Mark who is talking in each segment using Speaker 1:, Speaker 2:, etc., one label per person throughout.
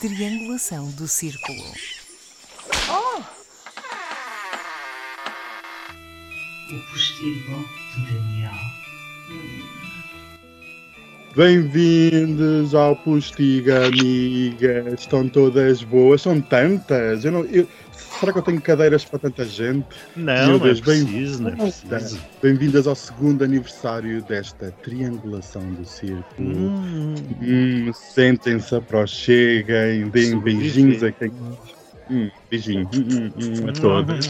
Speaker 1: triangulação do círculo.
Speaker 2: O postigo de Daniel.
Speaker 3: Bem-vindos ao Postiga, amigas. Estão todas boas, são tantas. Eu não, eu- será que eu tenho cadeiras para tanta gente?
Speaker 4: Não,
Speaker 3: Meu
Speaker 4: não é
Speaker 3: Deus, bem-
Speaker 4: preciso, não é preciso.
Speaker 3: Bem-vindas ao segundo aniversário desta triangulação do círculo.
Speaker 4: Hum,
Speaker 3: Hum, Sentem-se, aproxeguem, deem
Speaker 4: Sobreviver.
Speaker 3: beijinhos a quem. Hum, beijinho hum,
Speaker 4: é
Speaker 3: hum, hum, a todas.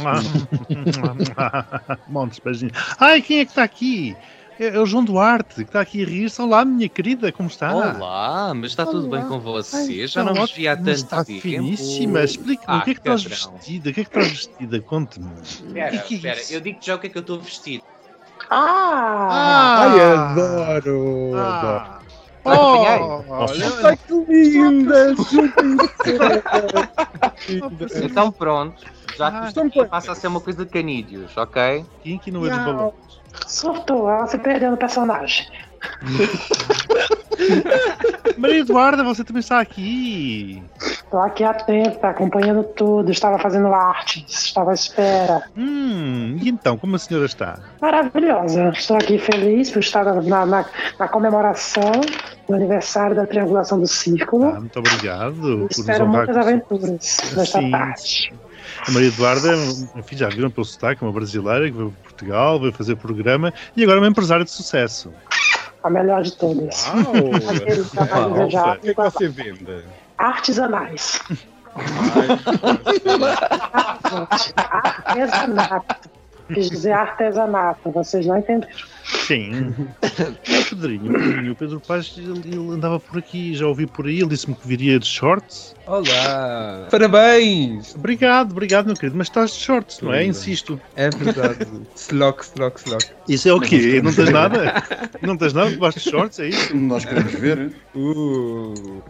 Speaker 4: Montes de beijinhos. Ai, quem é que está aqui? É é o João Duarte, que está aqui a rir-se. Olá, minha querida, como está?
Speaker 5: Olá, mas está tudo bem
Speaker 4: Ah.
Speaker 5: com
Speaker 4: Ai,
Speaker 5: vocês? Já não vos vi há
Speaker 4: mas
Speaker 5: tanto
Speaker 4: está
Speaker 5: tempo.
Speaker 4: finíssima. Explica-me, o
Speaker 5: Ah,
Speaker 4: que é que estás
Speaker 5: cabrão.
Speaker 4: vestida? O que é que estás vestida? Conte-me.
Speaker 5: Espera,
Speaker 4: O que é que é
Speaker 5: espera,
Speaker 4: isso?
Speaker 5: eu digo já o que é que eu estou vestido.
Speaker 2: Ah!
Speaker 3: Ai, adoro! adoro.
Speaker 4: Ah.
Speaker 5: Ai, ai.
Speaker 4: Oh, olha, olha,
Speaker 3: Ai, que lindas! Juntem-se!
Speaker 5: Então pronto, já
Speaker 4: Ah,
Speaker 5: que
Speaker 3: estão
Speaker 5: isto
Speaker 3: bem.
Speaker 5: passa a ser uma coisa de canídeos, ok?
Speaker 4: quem que não é dos
Speaker 2: Miau.
Speaker 4: balões?
Speaker 2: Surtou, ela se perdeu no personagem.
Speaker 4: Maria Eduarda, você também está aqui.
Speaker 2: Tô aqui atenta, acompanhando tudo. Estava fazendo arte, estava à espera.
Speaker 4: Hum, e então, como a senhora está?
Speaker 2: Maravilhosa. Estou aqui feliz por estar na, na- na comemoração do aniversário da triangulação do círculo.
Speaker 4: Ah, muito obrigado por nos
Speaker 2: Espero
Speaker 4: honrar
Speaker 2: muitas
Speaker 4: com o
Speaker 2: aventuras nesta
Speaker 4: Sim.
Speaker 2: tarde.
Speaker 4: A Maria Eduarda, enfim, já viram pelo sotaque, uma brasileira que veio para Portugal, veio fazer programa e agora é uma empresária de sucesso.
Speaker 2: A melhor de todas.
Speaker 3: Uau!
Speaker 2: Aquele trabalho
Speaker 5: Uau,
Speaker 3: O
Speaker 2: desejado.
Speaker 3: que é que você vende?
Speaker 2: Artesanais.
Speaker 3: Ai,
Speaker 2: Gente, artesanato. Quis dizer artesanato, vocês não entenderam.
Speaker 4: Sim. É o Pedrinho, o Pedrinho, o Pedro Paz, ele, ele andava por aqui, já ouvi por aí, ele disse-me que viria de shorts.
Speaker 6: Olá! Parabéns!
Speaker 4: Obrigado, obrigado, meu querido, mas estás de shorts, não é?
Speaker 6: Lindo.
Speaker 4: Insisto.
Speaker 6: É verdade. Slock, slock, slock.
Speaker 4: Isso é o quê? Não tens nada? Não tens nada debaixo de shorts, é isso?
Speaker 7: Nós queremos ver.
Speaker 6: Uh.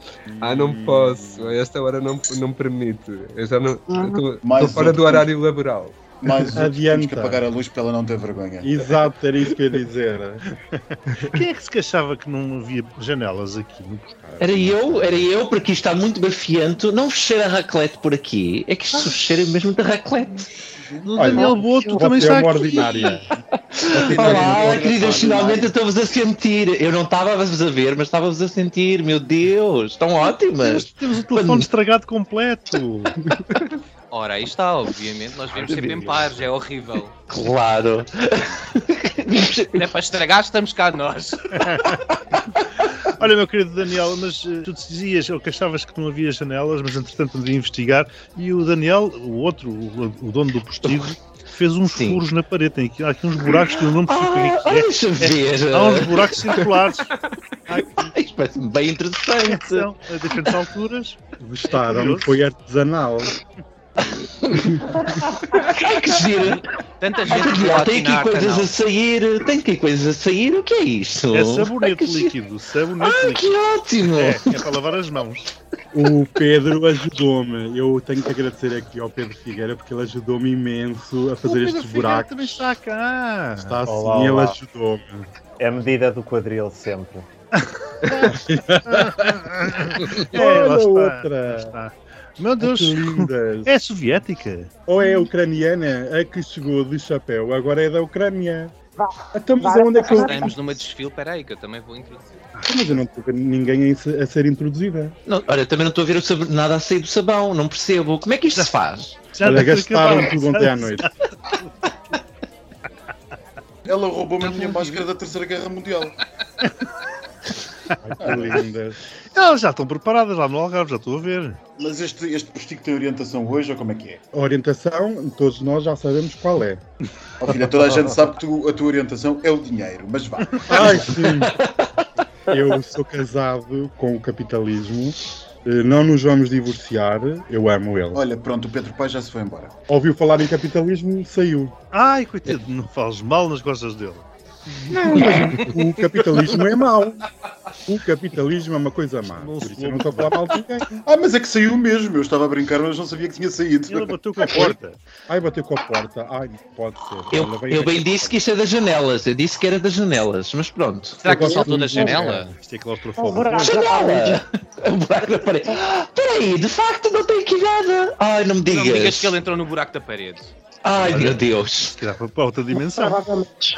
Speaker 6: Ah, não posso. A esta hora não, não permito. Eu já não.
Speaker 8: Ah.
Speaker 7: Mais
Speaker 6: Estou fora
Speaker 7: outro.
Speaker 6: do horário laboral.
Speaker 7: Mais um, temos que
Speaker 3: Adianta.
Speaker 7: apagar a luz para ela não ter vergonha.
Speaker 3: Exato, era isso que eu ia dizer.
Speaker 4: Quem é que se queixava que não havia janelas aqui?
Speaker 8: Era eu, era eu, porque isto está muito bafiante. Não vos cheira a raclete por aqui. É que isto
Speaker 2: Ah.
Speaker 8: cheira mesmo de raclete.
Speaker 4: O
Speaker 3: Olha,
Speaker 4: Daniel Boto também
Speaker 3: Você é
Speaker 4: está
Speaker 3: uma
Speaker 4: aqui.
Speaker 3: ordinária.
Speaker 8: Olá, queridas, finalmente eu estou-vos a sentir. Eu não estava-vos a ver, mas estava-vos a sentir. Meu Deus, estão
Speaker 4: Temos,
Speaker 8: ótimas.
Speaker 4: temos o telefone estragado completo.
Speaker 5: Ora, aí está, obviamente, nós vivemos sempre em pares, é horrível.
Speaker 8: Claro.
Speaker 5: É para estragar, estamos cá nós.
Speaker 4: Olha, meu querido Daniel, mas eh, tu dizias ou que achavas que não havia janelas, mas entretanto andei a investigar e o Daniel, o outro, o, o dono do postigo, fez uns
Speaker 8: Sim.
Speaker 4: furos na parede. Tem aqui, há aqui uns buracos um que eu não percebi o
Speaker 8: Ah,
Speaker 4: que é que
Speaker 8: deixa ver.
Speaker 4: é. Há uns buracos circulares.
Speaker 8: Isto parece-me bem interessante.
Speaker 4: São a diferentes alturas.
Speaker 3: Gostaram? Foi artesanal.
Speaker 8: Que giro.
Speaker 5: Tanta
Speaker 8: Ai,
Speaker 5: gente
Speaker 8: Daniel,
Speaker 5: lá
Speaker 8: tem aqui coisas assim. a
Speaker 5: canal.
Speaker 8: sair. Tem aqui coisas a sair. O que é isto?
Speaker 4: É
Speaker 8: Ai,
Speaker 4: sabonete
Speaker 8: que giro.
Speaker 4: líquido. Sabonete
Speaker 8: Ah, que
Speaker 4: líquido.
Speaker 8: ótimo.
Speaker 4: É, é para lavar as mãos.
Speaker 3: O Pedro ajudou-me. Eu tenho que agradecer aqui ao Pedro Figueira porque ele ajudou-me imenso a fazer
Speaker 4: O Pedro
Speaker 3: estes
Speaker 4: Figueiredo
Speaker 3: buracos.
Speaker 4: também está cá.
Speaker 3: Está assim,
Speaker 9: Olá,
Speaker 3: ele
Speaker 9: olá.
Speaker 3: ajudou-me.
Speaker 9: É a medida do quadril sempre.
Speaker 4: É, lá
Speaker 3: Olha
Speaker 4: está,
Speaker 3: outra.
Speaker 4: lá está. Meu
Speaker 3: Que
Speaker 4: Deus,
Speaker 3: lindas.
Speaker 4: é soviética.
Speaker 3: Ou é a ucraniana a que chegou de chapéu, agora é da Ucrânia.
Speaker 2: Vá.
Speaker 3: Então, mas
Speaker 2: Vá.
Speaker 3: onde é que eu.
Speaker 5: Estamos numa desfile, peraí, que eu também vou introduzir.
Speaker 3: Mas eu não estou vendo ninguém a se- a ser introduzida.
Speaker 8: Não, olha, também não estou a ver o sab- nada a sair do sabão, não percebo. Como é que isto se faz?
Speaker 4: Já
Speaker 3: Olha,
Speaker 4: está
Speaker 3: gastaram
Speaker 4: acabado.
Speaker 3: tudo ontem à noite.
Speaker 7: Ela roubou-me a minha máscara da Terceira Guerra Mundial.
Speaker 3: Ai, que lindas.
Speaker 4: Elas já estão preparadas lá no Algarve, já estou a ver.
Speaker 7: Mas este, este postigo tem orientação hoje ou como é que é?
Speaker 3: A orientação, todos nós já sabemos qual é.
Speaker 7: Ó filha, toda a gente sabe que tu- a tua orientação é o dinheiro, mas vá.
Speaker 3: Ai, sim! Eu sou casado com o capitalismo. eh, Não nos vamos divorciar. Eu amo ele.
Speaker 7: Olha, pronto, o Pedro Paz já se foi embora.
Speaker 3: Ouviu falar em capitalismo, saiu.
Speaker 4: Ai, coitado, não fales mal nas costas dele.
Speaker 2: Não, mas
Speaker 3: O capitalismo é mau. O capitalismo é uma coisa má.
Speaker 4: Não
Speaker 3: Por
Speaker 4: se
Speaker 3: isso eu não estou a falar mal de ninguém.
Speaker 7: Ah, mas é que saiu mesmo. Eu estava a brincar, mas não sabia que tinha
Speaker 4: Ele
Speaker 7: saído.
Speaker 4: bateu com a porta.
Speaker 3: Ai, bateu com a porta. Ai, pode ser.
Speaker 8: Eu,
Speaker 3: Ela veio
Speaker 8: eu
Speaker 3: aqui.
Speaker 8: bem disse que isto é das janelas, eu disse que era das janelas, mas pronto.
Speaker 5: Será que
Speaker 3: Eu
Speaker 5: ele saltou da
Speaker 3: gosto muito
Speaker 5: janela?
Speaker 4: Isto é
Speaker 2: o
Speaker 4: claustrofóbico.
Speaker 2: buraco da parede.
Speaker 8: Janela! Um buraco na parede. Ah, Peraí, de facto não tem aqui nada. Ai, não me
Speaker 5: Não
Speaker 8: digas.
Speaker 5: me digas que ele entrou no buraco da parede.
Speaker 8: Ai, meu Deus.
Speaker 4: Se calhar foi é para outra dimensão.
Speaker 2: Provavelmente.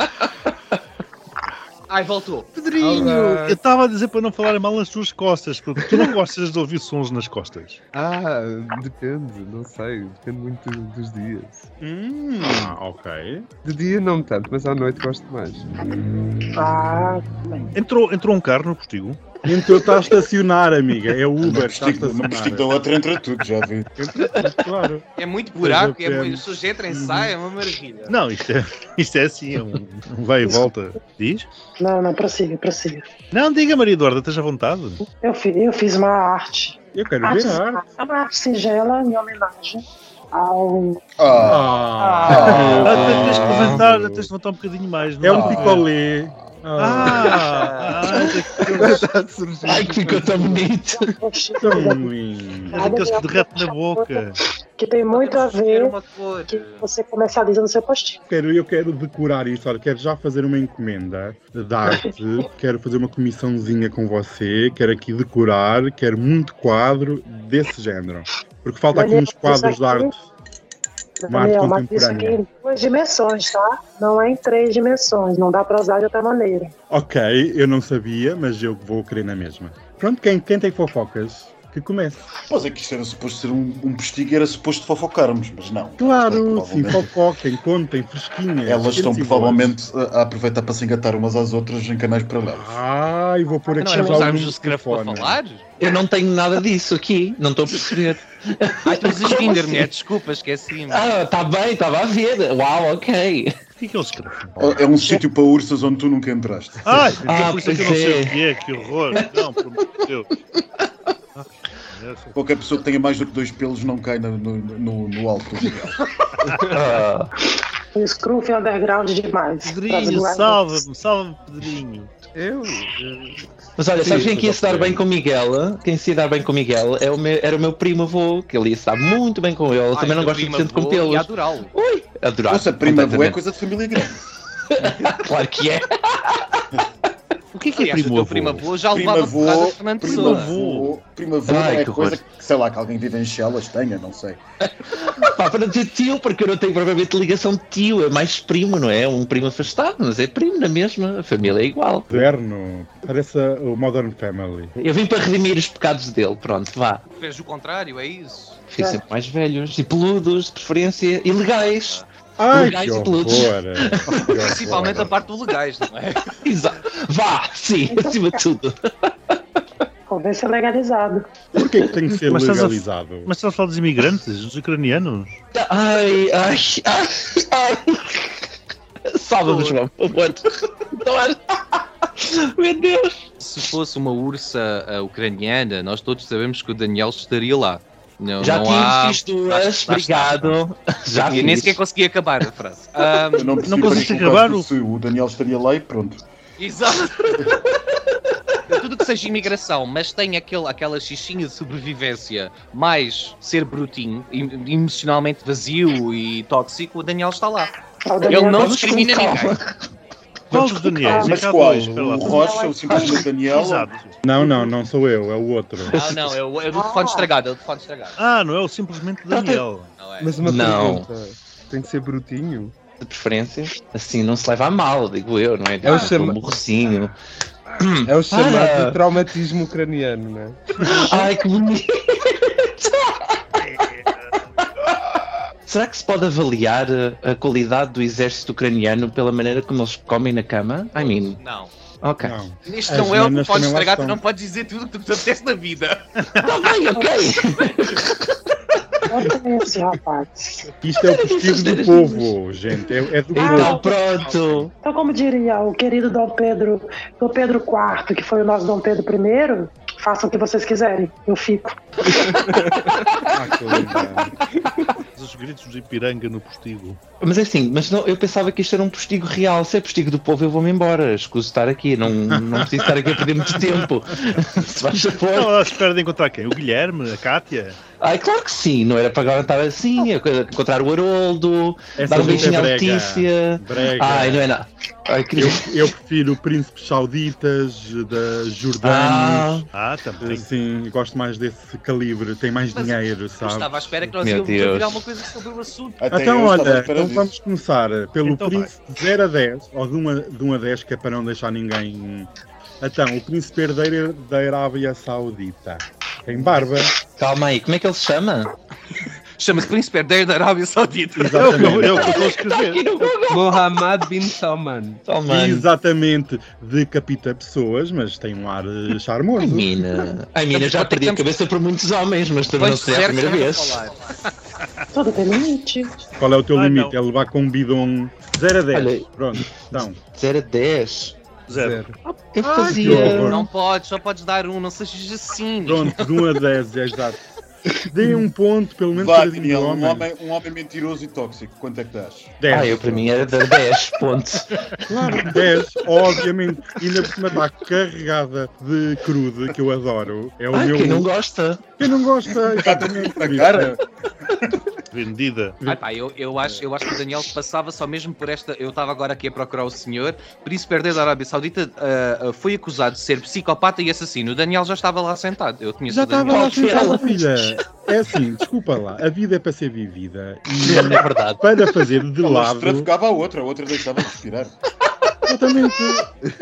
Speaker 5: Ai, voltou.
Speaker 4: Pedrinho,
Speaker 6: Olá.
Speaker 4: eu estava a dizer para não falar mal nas tuas costas, porque tu não gostas de ouvir sons nas costas.
Speaker 6: Ah, depende, não sei, depende muito dos dias.
Speaker 3: Hum, ah, ok.
Speaker 6: De dia não tanto, mas à noite gosto mais.
Speaker 2: Ah,
Speaker 4: Entrou, entrou um carro no postigo.
Speaker 3: Então está a estacionar, amiga. É o Uber. Está a
Speaker 7: Uma postigo da
Speaker 3: estacionar.
Speaker 7: outra entra tudo, já vi.
Speaker 3: Claro.
Speaker 5: É muito buraco,
Speaker 3: Pois
Speaker 5: é
Speaker 3: eu
Speaker 5: muito...
Speaker 3: quero.
Speaker 5: as pessoas entram e saem, é uma maravilha.
Speaker 4: Não, isto é, isto é assim, é um, um vai e volta. Diz?
Speaker 2: não, não, prossiga, prossiga.
Speaker 4: Não, diga Maria Eduarda, estás à vontade.
Speaker 2: Eu, fi- eu fiz uma arte.
Speaker 3: Eu quero
Speaker 2: arte
Speaker 3: ver a arte.
Speaker 2: é uma arte singela em homenagem ao.
Speaker 7: Ah,
Speaker 3: Ah,
Speaker 4: Ah, tens de levantar, tens de levantar um bocadinho mais. não
Speaker 3: é um picolé. Ah,
Speaker 4: Ah, ah,
Speaker 6: Está a surgir.
Speaker 8: Ai, que ficou tão bonito.
Speaker 3: tão lindo.
Speaker 4: ah, aqueles que derrete
Speaker 3: né?
Speaker 4: na boca.
Speaker 2: Que tem muito a
Speaker 5: Era
Speaker 2: ver
Speaker 5: uma cor.
Speaker 2: que você comercializa no seu postinho.
Speaker 3: Quero, eu quero decorar isto, olha, quero já fazer uma encomenda de arte, quero fazer uma comissãozinha com você, quero aqui decorar, quero muito quadro desse género. Porque falta aqui
Speaker 2: Daniel,
Speaker 3: uns quadros
Speaker 2: isso
Speaker 3: de arte. Uma arte
Speaker 2: Daniel, mas isso aqui
Speaker 3: contemporânea.
Speaker 2: em duas dimensões, tá? Não é em três dimensões, não dá pra usar de outra maneira.
Speaker 3: Ok, eu não sabia, mas eu vou querer na mesma. Pronto, quem, quem tem fofocas, que comece.
Speaker 7: pois é que isto era suposto ser um, um postigo, era suposto fofocarmos, mas não.
Speaker 3: Claro,
Speaker 7: Elas
Speaker 3: sim,
Speaker 7: provavelmente-
Speaker 3: fofoquem, contem, fresquinhas.
Speaker 7: Elas estão
Speaker 3: quentes e boas.
Speaker 7: provavelmente a, a aproveitar para se engatar umas às outras em é canais paralelos.
Speaker 3: Ah, eu vou pôr aqui
Speaker 5: Não era
Speaker 3: já o
Speaker 5: usarmos
Speaker 3: número
Speaker 5: o
Speaker 3: de
Speaker 5: scruff para
Speaker 3: telefone.
Speaker 5: falar?
Speaker 8: Eu não tenho nada disso aqui, não estou a perceber.
Speaker 5: Ai, tu usas
Speaker 8: Como
Speaker 5: Tinder,
Speaker 8: assim?
Speaker 5: mulher, desculpa, esqueci-me.
Speaker 8: Ah, tá bem, estava a ver. Uau, ok.
Speaker 4: O que é que eles escrevem?
Speaker 7: É um sítio para ursas onde tu nunca entraste.
Speaker 4: Ai,
Speaker 8: Ah,
Speaker 4: ah, por isso é que eu não
Speaker 8: pois
Speaker 4: sei
Speaker 8: é.
Speaker 4: o que é, que horror. Não, por amor de Deus. Ah,
Speaker 7: Qualquer pessoa que tenha mais do que dois pelos não cai no, no, no- no alto do nível.
Speaker 8: Ah,
Speaker 2: O Scruff é underground demais.
Speaker 4: Pedrinho,
Speaker 2: Pra- é
Speaker 4: salva-me, salva-me, Pedrinho.
Speaker 6: Eu?
Speaker 8: mas olha, sabes
Speaker 6: Sim,
Speaker 8: quem que ia se dar
Speaker 6: ok.
Speaker 8: bem com o Miguel? Quem se ia dar bem com o Miguel é o meu- era o meu primo avô, que ele ia se dar muito bem com ele. Eu também não gosto tanto com
Speaker 5: E
Speaker 8: pelos.
Speaker 5: adorá-lo.
Speaker 8: Ui, adorava.
Speaker 7: Nossa, prima boa é
Speaker 8: completamente.
Speaker 7: coisa de família grande.
Speaker 8: Claro que é.
Speaker 4: O que é que é
Speaker 5: Aliás, o
Speaker 4: primo
Speaker 5: teu
Speaker 4: avô?
Speaker 5: primo avô já
Speaker 7: Prima
Speaker 5: levava porrada de
Speaker 7: avô,
Speaker 5: Fernando
Speaker 7: prima
Speaker 5: Pessoa.
Speaker 7: avô, prima avô não
Speaker 8: Ai,
Speaker 7: é
Speaker 8: que
Speaker 7: coisa que, sei lá, que alguém vive em Chelas tenha, não sei.
Speaker 8: Pá, para dizer tio, porque eu não tenho propriamente ligação de tio, é mais primo, não é? Um primo afastado, mas é primo na mesma, a família é igual.
Speaker 3: Moderno, parece a- o Modern Family.
Speaker 8: Eu vim para redimir os pecados dele, pronto, vá.
Speaker 5: Fez o contrário, é isso.
Speaker 8: Fiz sempre mais velhos e peludos, de preferência, e legais.
Speaker 3: Ai,
Speaker 8: Legais
Speaker 3: que
Speaker 8: e
Speaker 3: horror! eh,
Speaker 8: peludos.
Speaker 3: Que
Speaker 5: Principalmente a
Speaker 3: horror.
Speaker 5: parte do legais, não é?
Speaker 8: Exato. Vá, sim, acima de tudo.
Speaker 2: Convém ser legalizado.
Speaker 3: Porquê que tem que ser
Speaker 4: Mas estás a-
Speaker 3: legalizado?
Speaker 4: Mas estás a falar dos imigrantes, dos ucranianos?
Speaker 8: Ai, ai, ai, ai. Salva-me, João, por favor. Não é- Meu Deus.
Speaker 5: Se fosse uma ursa ah, ucraniana, nós todos sabemos que o Daniel estaria lá. Não,
Speaker 8: Já
Speaker 5: não
Speaker 8: tive
Speaker 5: há...
Speaker 8: fiz duas,
Speaker 5: lá está.
Speaker 8: obrigado. Já
Speaker 5: Eu nem sequer
Speaker 8: fiz.
Speaker 5: consegui acabar a frase. Ah,
Speaker 7: Eu não, percebi
Speaker 4: conseguiste
Speaker 7: para que colocaste
Speaker 4: acabar o-
Speaker 7: o seu, O Daniel estaria lá e pronto.
Speaker 5: Exato. Tudo que seja imigração, mas tem aquele, aquela xixinha de sobrevivência, mais ser brutinho, em- emocionalmente vazio e tóxico, o Daniel está lá.
Speaker 2: Ah, o Daniel
Speaker 5: Ele não
Speaker 2: Gomes-
Speaker 5: discrimina ninguém.
Speaker 4: Qual dos Daniels? É
Speaker 7: Mas
Speaker 4: que há
Speaker 7: qual?
Speaker 4: dois, espera lá.
Speaker 7: O Rocha, o simplesmente Daniel?
Speaker 4: Exato.
Speaker 3: Não, não, não sou eu, é o outro.
Speaker 5: Ah, não, é o, é o telefone estragado, é o telefone estragado.
Speaker 4: Ah, não é o simplesmente Daniel.
Speaker 5: Não é?
Speaker 6: Mas uma
Speaker 8: Não.
Speaker 6: pergunta. Tem que ser brutinho?
Speaker 8: De preferência, assim não se leva a mal, digo eu, não é?
Speaker 6: É o
Speaker 8: Ah,
Speaker 6: chama-
Speaker 8: um burrocinho.
Speaker 6: É
Speaker 8: Para.
Speaker 6: o chamado traumatismo ucraniano, não é?
Speaker 8: Ai, que bonito! Será que se pode avaliar uh, a qualidade do exército ucraniano pela maneira como eles comem na cama? I mean,
Speaker 5: Não.
Speaker 8: ok.
Speaker 3: Não.
Speaker 5: Isto
Speaker 3: As
Speaker 5: não é o
Speaker 3: meninas
Speaker 5: telefone
Speaker 3: também lá
Speaker 5: estragado, tu
Speaker 3: estão.
Speaker 5: não podes dizer tudo o que tu te apetece na vida.
Speaker 8: Está Tá bem, ok!
Speaker 2: Olha esse rapaz.
Speaker 3: Isto é o postigo do povo, gente. É, é do
Speaker 5: Ah.
Speaker 8: Então
Speaker 3: povo.
Speaker 8: pronto!
Speaker 2: Então, como diria o querido Dom Pedro, Dom Pedro IV, que foi o nosso Dom Pedro I, façam o que vocês quiserem, eu fico.
Speaker 3: tá, Ah, que lindo.
Speaker 5: Os
Speaker 4: os gritos de Ipiranga no postigo.
Speaker 8: Mas é assim, mas não, eu pensava que isto era um postigo real. Se é postigo do povo, eu vou-me embora. Escuso estar aqui, não, não preciso estar aqui a perder muito tempo. Se faz favor.
Speaker 4: Estão à espera de encontrar quem? O Guilherme? A Cátia?
Speaker 8: Ai, claro que sim, não era para agora estar assim, a- a encontrar o Haroldo,
Speaker 3: Essa
Speaker 8: dar um
Speaker 3: gente
Speaker 8: beijinho
Speaker 3: é
Speaker 8: à
Speaker 3: brega.
Speaker 8: Letícia.
Speaker 3: Brega.
Speaker 8: Ai, não é nada. Ai, queria.
Speaker 3: Eu, eu prefiro príncipes sauditas, da Jordânia.
Speaker 8: Ah,
Speaker 4: Ah, também.
Speaker 3: Assim, gosto mais desse calibre, tem mais
Speaker 5: Mas
Speaker 3: dinheiro, sabe?
Speaker 5: Estava à espera que nós
Speaker 8: Meu
Speaker 5: íamos ouvir
Speaker 8: Deus.
Speaker 5: alguma coisa sobre o assunto.
Speaker 7: Até
Speaker 3: Então,
Speaker 7: eu estava à
Speaker 3: olha,
Speaker 7: espera
Speaker 3: então
Speaker 7: disso.
Speaker 3: vamos começar pelo
Speaker 4: Então vai.
Speaker 3: príncipe de 0 a 10, ou de 1 a, de 1 a 10, que é para não deixar ninguém. Então, o príncipe herdeiro da Arábia Saudita. Tem barba.
Speaker 8: calma aí, como é que ele se chama?
Speaker 5: Chama-se Príncipe Herdeiro da Arábia Saudita.
Speaker 4: É o que eu,
Speaker 3: Exatamente.
Speaker 4: é o que eu estou a escrever.
Speaker 6: Mohammed bin Salman.
Speaker 8: Toma.
Speaker 3: Exatamente. Decapita pessoas, mas tem um ar eh,
Speaker 8: Ai,
Speaker 3: charmoso.
Speaker 8: mina. Ai, mina, já perdi a cabeça por muitos homens, mas também não
Speaker 5: Pois
Speaker 8: sei é a
Speaker 5: certo,
Speaker 8: primeira
Speaker 5: estamos a
Speaker 8: vez.
Speaker 5: falar.
Speaker 2: Tudo tem limite.
Speaker 3: Qual é o teu
Speaker 4: Ah,
Speaker 3: limite?
Speaker 4: não.
Speaker 3: É levar com um bidon 0 a 10.
Speaker 8: Olha.
Speaker 3: Pronto, então.
Speaker 8: 0 a 10.
Speaker 4: Zero.
Speaker 8: Eu
Speaker 3: que horror.
Speaker 8: fazia.
Speaker 5: Não podes, só podes dar um, não sejas assim.
Speaker 3: Pronto, de 1 a 10, é exato. Dê um ponto, pelo menos,
Speaker 7: Vá,
Speaker 3: para
Speaker 7: Daniel,
Speaker 3: o
Speaker 7: um
Speaker 3: homem.
Speaker 7: homem, um homem mentiroso e tóxico. Quanto é que dás?
Speaker 3: 10.
Speaker 8: Ah, eu para mim era dar 10 pontos.
Speaker 3: Claro, 10, obviamente. E ainda por cima está carregada de crude, que eu adoro. É o
Speaker 8: Ai,
Speaker 3: meu.
Speaker 8: quem não gosta?
Speaker 3: Quem não gosta, exatamente.
Speaker 7: Na cara?
Speaker 4: é. Vendida.
Speaker 5: Ah, pá, eu, eu, acho, eu acho que o Daniel passava só mesmo por esta. Eu estava agora aqui a procurar o senhor. Príncipe herdeiro da Arábia Saudita ah, ah, foi acusado de ser psicopata e assassino. O Daniel já estava lá sentado. Eu conheço
Speaker 3: Já
Speaker 5: o Daniel.
Speaker 3: estava lá
Speaker 8: Qual que é?
Speaker 3: sentada, filha. É assim, desculpa lá. A vida é para ser vivida.
Speaker 8: É
Speaker 3: E
Speaker 8: verdade.
Speaker 3: para fazer de
Speaker 7: Ela
Speaker 3: lado.
Speaker 7: estrafegava a outra, a outra deixava de respirar.
Speaker 3: Exatamente.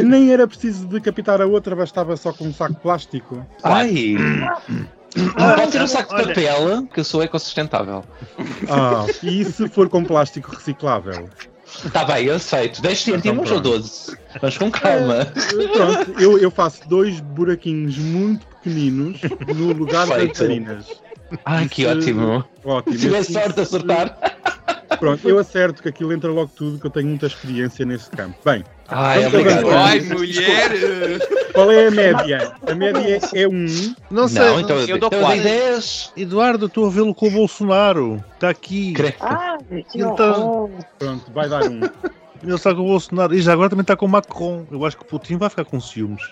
Speaker 3: Nem era preciso decapitar a outra, bastava só com um saco de plástico.
Speaker 8: Ai. Não pode ter um saco de papel, que eu sou ecossustentável.
Speaker 3: Ah, e se for com plástico reciclável?
Speaker 8: Tá bem, eu aceito. 10 centímetros ou
Speaker 3: pronto.
Speaker 8: 12? Mas com calma.
Speaker 3: Pronto, eu, eu faço dois buraquinhos muito pequeninos no lugar das
Speaker 8: Perfeito.
Speaker 3: tarinas.
Speaker 8: Ai, que
Speaker 3: Isso-
Speaker 8: ótimo.
Speaker 3: Ótimo.
Speaker 8: Tive a
Speaker 3: Esse-
Speaker 8: sorte de acertar.
Speaker 3: Pronto, eu acerto que aquilo entra logo tudo, que eu tenho muita experiência nesse campo. Bem,
Speaker 8: Ai,
Speaker 3: Vamos
Speaker 8: obrigado.
Speaker 3: avançar.
Speaker 5: Ai, mulher! ah,
Speaker 3: qual é a média? A média é 1. Um.
Speaker 4: Não sei.
Speaker 8: Não, então
Speaker 5: eu
Speaker 8: eu
Speaker 5: dou
Speaker 8: dei
Speaker 5: quatro.
Speaker 8: 10.
Speaker 4: Eduardo, estou a vê-lo com o Bolsonaro. Está aqui.
Speaker 8: Cre-
Speaker 3: Ah.
Speaker 2: Ai, que
Speaker 4: Então-
Speaker 2: horror.
Speaker 3: Pronto, vai dar 1. Um.
Speaker 4: Ele está com o Bolsonaro. E já agora também está com o Macron. Eu acho que o Putin vai ficar com ciúmes.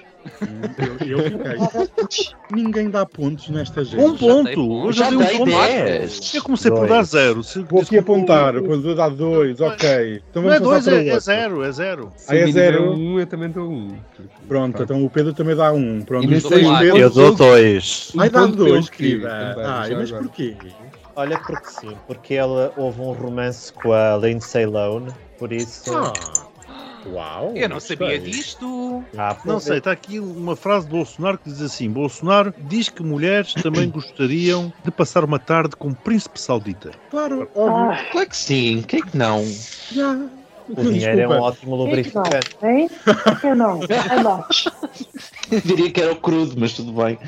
Speaker 3: Eu, eu fiquei. Ninguém dá pontos nesta gente.
Speaker 4: Um
Speaker 5: dei ponto.
Speaker 4: ponto. Eu já
Speaker 8: Já
Speaker 4: dei um
Speaker 8: dei
Speaker 4: ponto.
Speaker 8: 10.
Speaker 4: Eu comecei por
Speaker 9: Dois.
Speaker 4: dar zero. Se-
Speaker 3: Vou
Speaker 4: se-
Speaker 3: aqui apontar, depois vou dar 2, ok. Então
Speaker 4: Não é
Speaker 3: vamos
Speaker 4: dois,
Speaker 3: passar para o
Speaker 4: é, é
Speaker 3: outro.
Speaker 4: zero, é zero.
Speaker 6: Se
Speaker 3: Ah, é
Speaker 6: o mínimo
Speaker 3: zero?
Speaker 6: um, eu também dou um.
Speaker 3: Pronto, então o Pedro também dá 1. Um. Pronto,
Speaker 6: E nem
Speaker 3: os
Speaker 6: sei
Speaker 3: dois
Speaker 5: lá.
Speaker 3: Pedro-
Speaker 9: Eu dou dois.
Speaker 3: Ai, dá
Speaker 6: Um ponto pelo
Speaker 3: 2,
Speaker 6: que,
Speaker 3: querida.
Speaker 6: também,
Speaker 3: Ai,
Speaker 6: Ah, já
Speaker 3: Ah, mas
Speaker 6: agora.
Speaker 3: porquê?
Speaker 9: Olha, porque sim, porque ele houve um romance com a Lindsay Lohan, por isso.
Speaker 3: Ah, uau.
Speaker 5: Eu não sabia
Speaker 3: gostei.
Speaker 5: disto.
Speaker 9: Ah, por-
Speaker 4: Não sei, está aqui uma frase de Bolsonaro que diz assim: Bolsonaro diz que mulheres também gostariam de passar uma tarde com o príncipe saudita.
Speaker 3: Claro, óbvio.
Speaker 2: Ai,
Speaker 8: Claro que sim, quem é que não?
Speaker 3: Já.
Speaker 9: O dinheiro é um
Speaker 3: Desculpa.
Speaker 9: ótimo
Speaker 2: por que não,
Speaker 9: lubrificante.
Speaker 2: hein? Por que não? É norte.
Speaker 8: Eu diria que era o crudo, mas tudo bem.